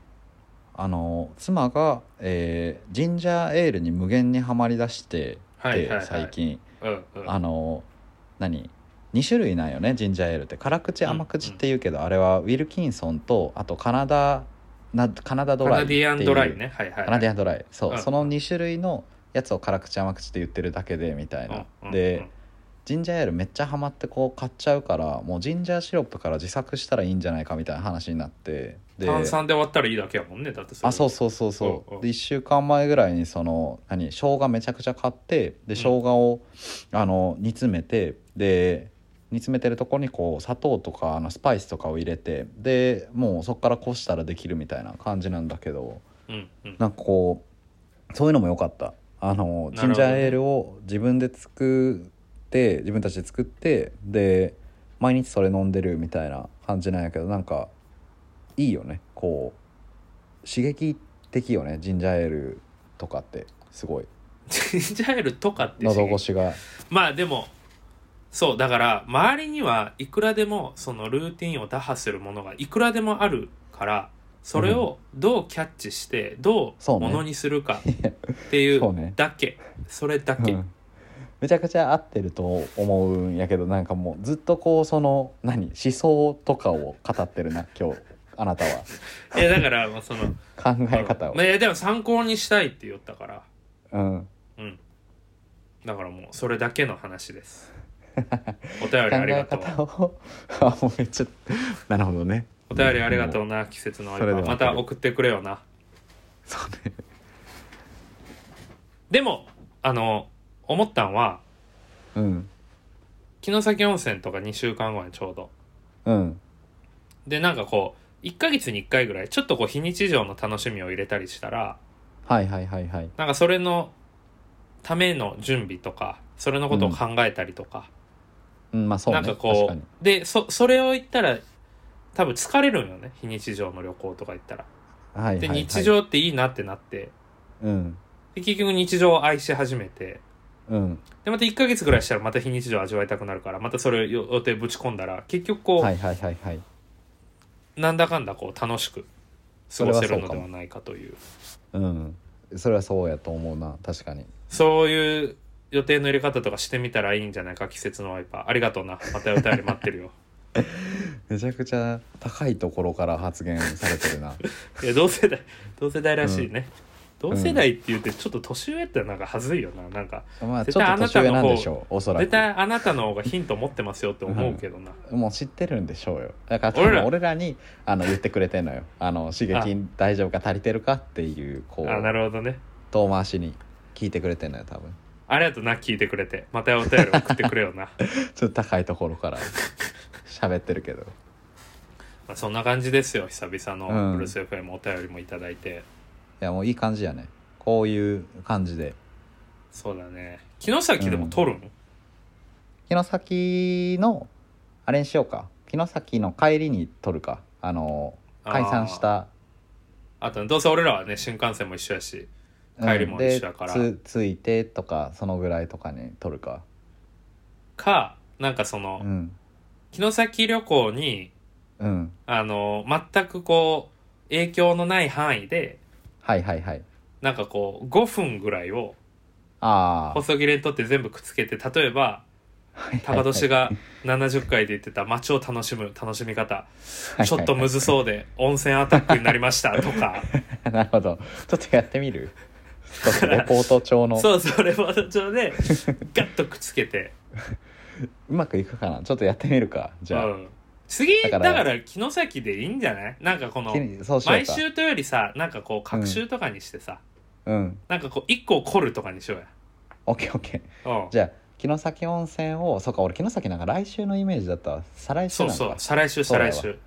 Speaker 2: あの妻が、えージンジャーエールに無限にはまりだしてて、
Speaker 1: はいはいはい
Speaker 2: 最近
Speaker 1: うんうん
Speaker 2: あの何2種類なんよねジンジャーエールって辛口甘口って言うけど、あれはウィルキンソンとあとカナダなカナダド
Speaker 1: カ
Speaker 2: ライ
Speaker 1: ナ
Speaker 2: っ
Speaker 1: デ
Speaker 2: ていう
Speaker 1: ィアンドライねはいはい、はい、
Speaker 2: カナディアンドライそう、
Speaker 1: うん
Speaker 2: その2種類のやつを辛口甘口って言ってるだけでみたいな、
Speaker 1: うんうん
Speaker 2: で、ジンジャーエールめっちゃハマってこう買っちゃうからもうジンジャーシロップから自作したらいいんじゃないかみたいな話になって
Speaker 1: うん
Speaker 2: で
Speaker 1: 炭酸で割ったらいいだけやもんねだって
Speaker 2: あそう
Speaker 1: う
Speaker 2: そうそうそう、
Speaker 1: うんうん
Speaker 2: で1週間前ぐらいにその何生姜めちゃくちゃ買ってで生姜を、あの煮詰めてで煮詰めてるとこにこう砂糖とかあのスパイスとかを入れてでもうそこからこしたらできるみたいな感じなんだけど
Speaker 1: うんうん
Speaker 2: なんかこうそういうのも良かったあの、
Speaker 1: なるほどね
Speaker 2: ジンジャーエールを自分で作って自分たちで作ってで毎日それ飲んでるみたいな感じなんやけどなんかいいよねこう刺激的よねジンジャーエールとかってすごい
Speaker 1: ジンジャーエールとかって
Speaker 2: 喉越しが
Speaker 1: まあでもそうだから周りにはいくらでもそのルーティンを打破するものがいくらでもあるからそれをどうキャッチしてどう
Speaker 2: そうね
Speaker 1: ものにするかってい
Speaker 2: そう
Speaker 1: う
Speaker 2: ね
Speaker 1: だけそれだ
Speaker 2: う
Speaker 1: け
Speaker 2: んめちゃくちゃ合ってると思うんやけどなんかもうずっとこうその何思想とかを語ってるな今日あなたは
Speaker 1: えだからまあその
Speaker 2: 考え方を
Speaker 1: まあ、いやでも参考にしたいって言ったから
Speaker 2: うん
Speaker 1: うんだからもうそれだけの話です お便
Speaker 2: 考
Speaker 1: りありが
Speaker 2: え
Speaker 1: とう
Speaker 2: 方をあもうめっちゃなるほどね
Speaker 1: お便りありがとうな季節の終わり
Speaker 2: それで
Speaker 1: ま
Speaker 2: は
Speaker 1: た送ってくれよな
Speaker 2: そうね
Speaker 1: でもあの思ったんは
Speaker 2: うん
Speaker 1: 城崎温泉とか2週間後にちょうど
Speaker 2: うん
Speaker 1: でなんかこう1ヶ月に1回ぐらいちょっとこう非日常の楽しみを入れたりしたら
Speaker 2: はいはいはいはい
Speaker 1: なんかそれのための準備とかそれのことを考えたりとか、
Speaker 2: うんまあそう
Speaker 1: な
Speaker 2: ね
Speaker 1: んか
Speaker 2: 確
Speaker 1: こ
Speaker 2: か
Speaker 1: う
Speaker 2: に
Speaker 1: でそそれを言ったら多分疲れるんよね非日常の旅行とか行ったら。
Speaker 2: はいはい
Speaker 1: で
Speaker 2: はい
Speaker 1: 日常っていいなってなって
Speaker 2: うん
Speaker 1: で結局日常を愛し始めて
Speaker 2: うん
Speaker 1: でまた1ヶ月ぐらいしたらまた非日常を味わいたくなるからまたそれを予定ぶち込んだら結局こう、
Speaker 2: はいはいはいはい
Speaker 1: なんだかんだこう楽しく過ごせるのではないかという
Speaker 2: うんそれはそうやと思うな確かに
Speaker 1: そういう予定の入れ方とかしてみたらいいんじゃないか季節のワイパーありがとうなまたお便り待ってる よ
Speaker 2: めちゃくちゃ高いところから発言されてるな
Speaker 1: いや同世代同世代らしいね、同世代って言ってちょっと年上ってなんかはずいよななんか
Speaker 2: まあ
Speaker 1: 絶
Speaker 2: ちょ
Speaker 1: 対
Speaker 2: っ
Speaker 1: あ
Speaker 2: と
Speaker 1: な
Speaker 2: 年
Speaker 1: たの
Speaker 2: 上
Speaker 1: 方
Speaker 2: なんでしょうおそら
Speaker 1: 絶
Speaker 2: く
Speaker 1: 対あなたの方がヒント持ってますよって思うけどな、
Speaker 2: もう知ってるんでしょうよだから多
Speaker 1: 俺ら
Speaker 2: 分俺らにあの言ってくれてんのよあの刺激大丈夫か足りてるかっていうこ
Speaker 1: あな
Speaker 2: う
Speaker 1: るほどね
Speaker 2: 遠回しに聞いてくれてんのよ多分
Speaker 1: ありがとうな聞いてくれてまたお便り送ってくれよな
Speaker 2: ちょっと高いところ から喋ってるけど
Speaker 1: まあそんな感じですよ久々
Speaker 2: う
Speaker 1: の
Speaker 2: ん
Speaker 1: ブルース FM お便りもいただいて、
Speaker 2: いやもういい感じやねこういう感じで
Speaker 1: そうだね木崎でも撮るの、
Speaker 2: 城崎のあれにしようか城崎の帰りに撮るかあの
Speaker 1: あー
Speaker 2: 解散した
Speaker 1: あとどうせ俺らはね新幹線も一緒やし
Speaker 2: うん
Speaker 1: 帰りも一緒だから
Speaker 2: でつついてとかそのぐらいとかに撮るか
Speaker 1: かなんかその、
Speaker 2: うん
Speaker 1: 城崎旅行に
Speaker 2: うん
Speaker 1: あの全くこう影響のない範囲で
Speaker 2: はいはいはい
Speaker 1: なんかこう5分ぐらいを
Speaker 2: ああ
Speaker 1: 細切れにとって全部くっつけて例えば高
Speaker 2: 年
Speaker 1: 年が70回で言ってた街を楽しむ楽しみ方ちょっとむ
Speaker 2: ず
Speaker 1: ずそうで温泉アタックになりましたとか
Speaker 2: なるほどちょっとやってみるちょっとレポート調 の
Speaker 1: そうそれも上 でガッとくっつけて
Speaker 2: うまくいくかなちょっとやってみるかじゃあ、
Speaker 1: うん、次だ
Speaker 2: だ
Speaker 1: か
Speaker 2: からら
Speaker 1: 城崎でいいんじゃないなんかこの
Speaker 2: きにそうしよう
Speaker 1: 毎
Speaker 2: か
Speaker 1: 週というよりさなんかこう隔週とかにしてさ、
Speaker 2: うん
Speaker 1: なんかこう一個を凝るとかにしようや
Speaker 2: オッケーオッケー
Speaker 1: うん
Speaker 2: じゃあ城崎温泉をそうか俺城崎なんか来週のイメージだったわ再来週
Speaker 1: そ
Speaker 2: な
Speaker 1: う
Speaker 2: のか
Speaker 1: そう再来週
Speaker 2: そ
Speaker 1: 再
Speaker 2: うだ
Speaker 1: 来
Speaker 2: わ
Speaker 1: 週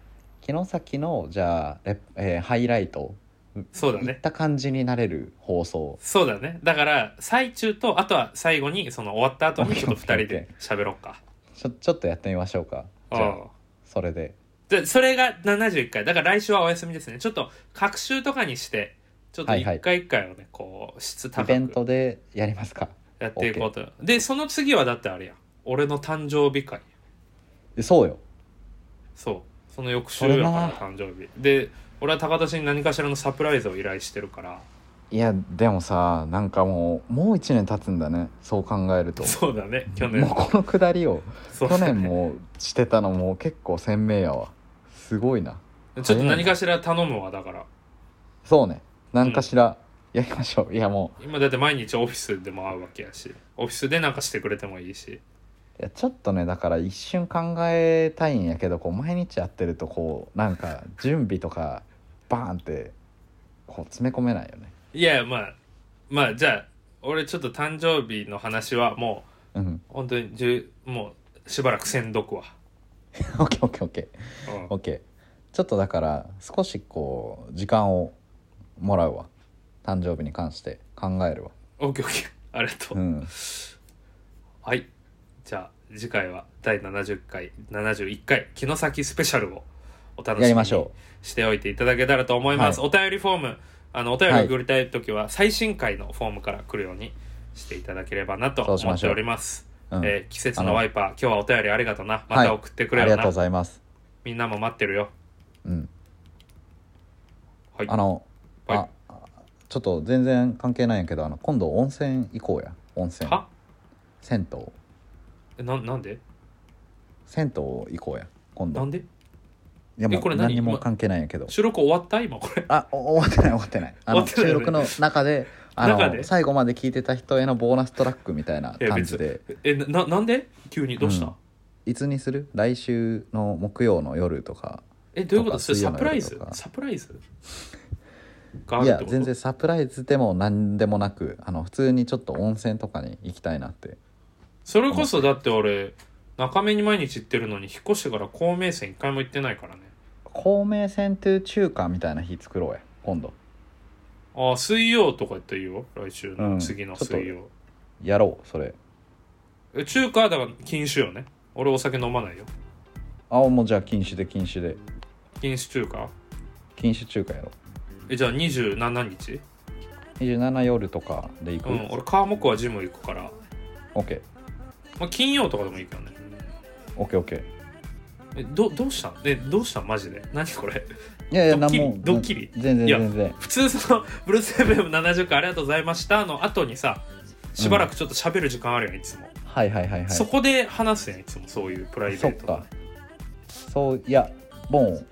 Speaker 2: 城崎のじゃあレ、えーハイライト
Speaker 1: そうだ
Speaker 2: いっ
Speaker 1: ね
Speaker 2: た感じになれる放送
Speaker 1: そうだねだから最中とあとは最後にその終わった後にちょっと
Speaker 2: オッ
Speaker 1: 2
Speaker 2: ケー
Speaker 1: 人
Speaker 2: オッケー
Speaker 1: で喋ろうか
Speaker 2: ちょちょっとやってみましょうかじゃあ
Speaker 1: うん
Speaker 2: それで
Speaker 1: でそれが71回だから来週はお休みですねちょっと隔週とかにしてちょっと
Speaker 2: はいはい
Speaker 1: 一回一回をね、こう質
Speaker 2: イ
Speaker 1: 高
Speaker 2: ベン
Speaker 1: く
Speaker 2: トでやりますか
Speaker 1: やっていこうとでその次はだってあれやん俺の誕生日会
Speaker 2: えそうよ
Speaker 1: そうその翌週やから
Speaker 2: それな
Speaker 1: 誕生日で俺は高田氏に何かしらのサプライズを依頼してるから
Speaker 2: いやでもさなんかもうもう1年経つんだねそう考えると
Speaker 1: そうだね去年
Speaker 2: もうこのくだりを
Speaker 1: そう
Speaker 2: 去年もしてたのもう結構鮮明やわすごいな
Speaker 1: ちょっと何かしら頼むわだから
Speaker 2: そうね何かしらやりましょう、いやも
Speaker 1: 今だって毎日オフィスでも会うわけやしオフィスでなんかしてくれてもいいし
Speaker 2: ういやちょっとねだから一瞬考えたいんやけどこう毎日やってるとこうなんか準備とかバーンってこう詰め込めないよね
Speaker 1: いやまあまあじゃあ俺ちょっと誕生日の話はも
Speaker 2: うん
Speaker 1: う本当にじゅもうしばらくせんどくわ、
Speaker 2: OKOKOKOK
Speaker 1: うん
Speaker 2: ちょっとだから少しこう時間をもらうわ誕生日に関して考えるわ
Speaker 1: オッケーオッケーありがとう、
Speaker 2: うん
Speaker 1: はいじゃあ次回は第70回71回城崎スペシャルをお楽しみに
Speaker 2: やりましょ
Speaker 1: しておいていただけたらと思います、お便りフォームあのお便りを送りたい時は最新回のフォームから来るようにしていただければなと
Speaker 2: そうし
Speaker 1: 思
Speaker 2: ま
Speaker 1: っ
Speaker 2: し
Speaker 1: て
Speaker 2: ょう
Speaker 1: おります
Speaker 2: う、うん
Speaker 1: えー季節のワイパー今日はお便りありがとなま
Speaker 2: はい
Speaker 1: た送ってく
Speaker 2: あ
Speaker 1: れ
Speaker 2: り
Speaker 1: よな、
Speaker 2: がとうございます
Speaker 1: みんなも待ってるよ
Speaker 2: うん
Speaker 1: はい
Speaker 2: あの、
Speaker 1: はい
Speaker 2: ああちょっと全然関係ないんやけどあの今度温泉行こうや温泉
Speaker 1: は
Speaker 2: 銭湯
Speaker 1: えななんで
Speaker 2: 銭湯行こうや今
Speaker 1: な
Speaker 2: 度
Speaker 1: んで
Speaker 2: いやも
Speaker 1: えこれ
Speaker 2: う
Speaker 1: 何
Speaker 2: 何にも
Speaker 1: 今
Speaker 2: 関係ないんやけど
Speaker 1: 収録終わった今これ
Speaker 2: あお 終わってない終わってないあの
Speaker 1: 終わってない
Speaker 2: 収
Speaker 1: よね
Speaker 2: 録の中であ
Speaker 1: 中で
Speaker 2: の最後まで聞いてた人へのボーナストラックみたいない
Speaker 1: や
Speaker 2: 感じで
Speaker 1: えなななんで急にどうした、
Speaker 2: うんいつにする来週の木曜の夜とか
Speaker 1: えどういうこと
Speaker 2: とか
Speaker 1: それ
Speaker 2: 水
Speaker 1: サ
Speaker 2: 曜の
Speaker 1: プライ
Speaker 2: 夜
Speaker 1: ズ
Speaker 2: とか
Speaker 1: サプライズがあ
Speaker 2: い
Speaker 1: るって
Speaker 2: や
Speaker 1: こと
Speaker 2: 全然サプライズでも何でもなくあの普通にちょっと温泉とかに行きたいなって
Speaker 1: それこそだって俺中目に毎日行ってるのに引っ越してから孔明線一回も行ってないからね
Speaker 2: 公明線と中華みたいな日作ろうや今度
Speaker 1: ああ水曜とか言っていいよ来週の、
Speaker 2: うん
Speaker 1: 次の水曜
Speaker 2: やろうそれ
Speaker 1: え中華はだから禁酒よね俺お酒飲まないよ
Speaker 2: あもうじゃあ禁酒で禁酒で
Speaker 1: 禁酒中華
Speaker 2: 禁酒中華やろ
Speaker 1: えじゃあ27日
Speaker 2: う27夜とかで行く、
Speaker 1: うん俺川木はジム行くから、
Speaker 2: オッケ
Speaker 1: まあ、金曜とかでもいいからね
Speaker 2: ーオッケーオッケー
Speaker 1: えどどうしたんえどうしたんマジで何これ
Speaker 2: いやいや
Speaker 1: ドッ
Speaker 2: 何
Speaker 1: キリ
Speaker 2: も
Speaker 1: ドッキリ
Speaker 2: 全然
Speaker 1: いや
Speaker 2: 全然
Speaker 1: 普通その「ブルース FM70 回ありがとうございました」の後にさしばらくちょっと喋る時間あるやんいつも、
Speaker 2: はいはいはいはい
Speaker 1: そこで話すやんいつもそういうプライベ
Speaker 2: そっ
Speaker 1: ート
Speaker 2: かそういやもう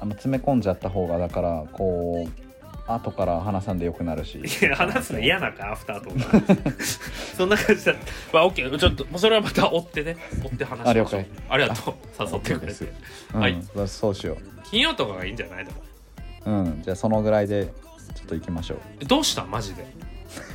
Speaker 2: あの詰め込んじゃった方がだからこう後から話さんでよくなるし
Speaker 1: いや話すの嫌なかアフターとかそんな感じだ まあ OK ちょっともうそれはまた追ってね追って話しましょう
Speaker 2: あ了解
Speaker 1: ありがとう誘ってくれて
Speaker 2: うん
Speaker 1: はい
Speaker 2: そうしよ
Speaker 1: 金曜とかがいいんじゃないだろ
Speaker 2: ううんじゃあそのぐらいでちょっと行きましょう
Speaker 1: えどうしたんマジで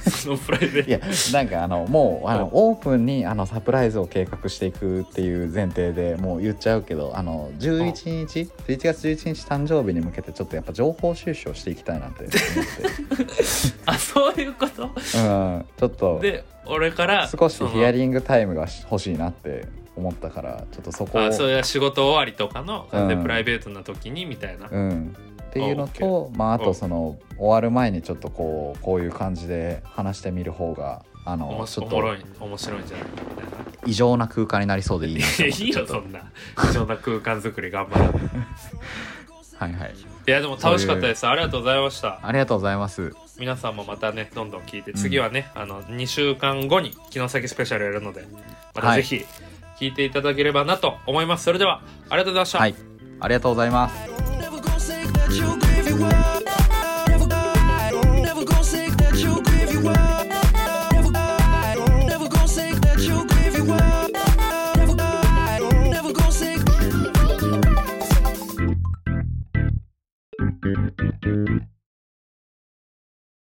Speaker 1: そのプライベ
Speaker 2: い
Speaker 1: ー
Speaker 2: やなんかあのもうあ
Speaker 1: う
Speaker 2: の
Speaker 1: ん
Speaker 2: オープンにあのサプライズを計画していくっていう前提でもう言っちゃうけどあの11日11月11日誕生日に向けてちょっとやっぱ情報収集をしていきたいなって思 って、
Speaker 1: トあそういうこと
Speaker 2: うん、ちょっと
Speaker 1: で俺 から
Speaker 2: 少し
Speaker 1: その
Speaker 2: ヒアリングタイムが欲しいなって思ったからちょっとそこを
Speaker 1: あそれは仕事終わりとかの、
Speaker 2: うん
Speaker 1: でプライベートな時にみたいな、
Speaker 2: うん、っていうの
Speaker 1: あ
Speaker 2: とまああ
Speaker 1: う
Speaker 2: と
Speaker 1: ん
Speaker 2: その終わる前にちょっとこうこういう感じで話してみる方があ
Speaker 1: お
Speaker 2: の
Speaker 1: も
Speaker 2: ち
Speaker 1: し
Speaker 2: ょ
Speaker 1: お
Speaker 2: っ
Speaker 1: もろ
Speaker 2: と
Speaker 1: い面白いんじゃないみたいな
Speaker 2: 異常な空間になりそうでいいなと
Speaker 1: い
Speaker 2: 思
Speaker 1: や
Speaker 2: っ
Speaker 1: い
Speaker 2: て
Speaker 1: いよ
Speaker 2: ちょ
Speaker 1: そ
Speaker 2: っ
Speaker 1: んな貴重な空間作り頑張る
Speaker 2: とはいはい
Speaker 1: いやでも楽しかったですありがとうございました
Speaker 2: ありがとうございます
Speaker 1: 皆さんもまたねどんどん聞いて次はね、あの2週間後に城崎スペシャルやるのでまたぜひ聞いていただければなと思います、それではありがとうございました、
Speaker 2: はいありがとうございます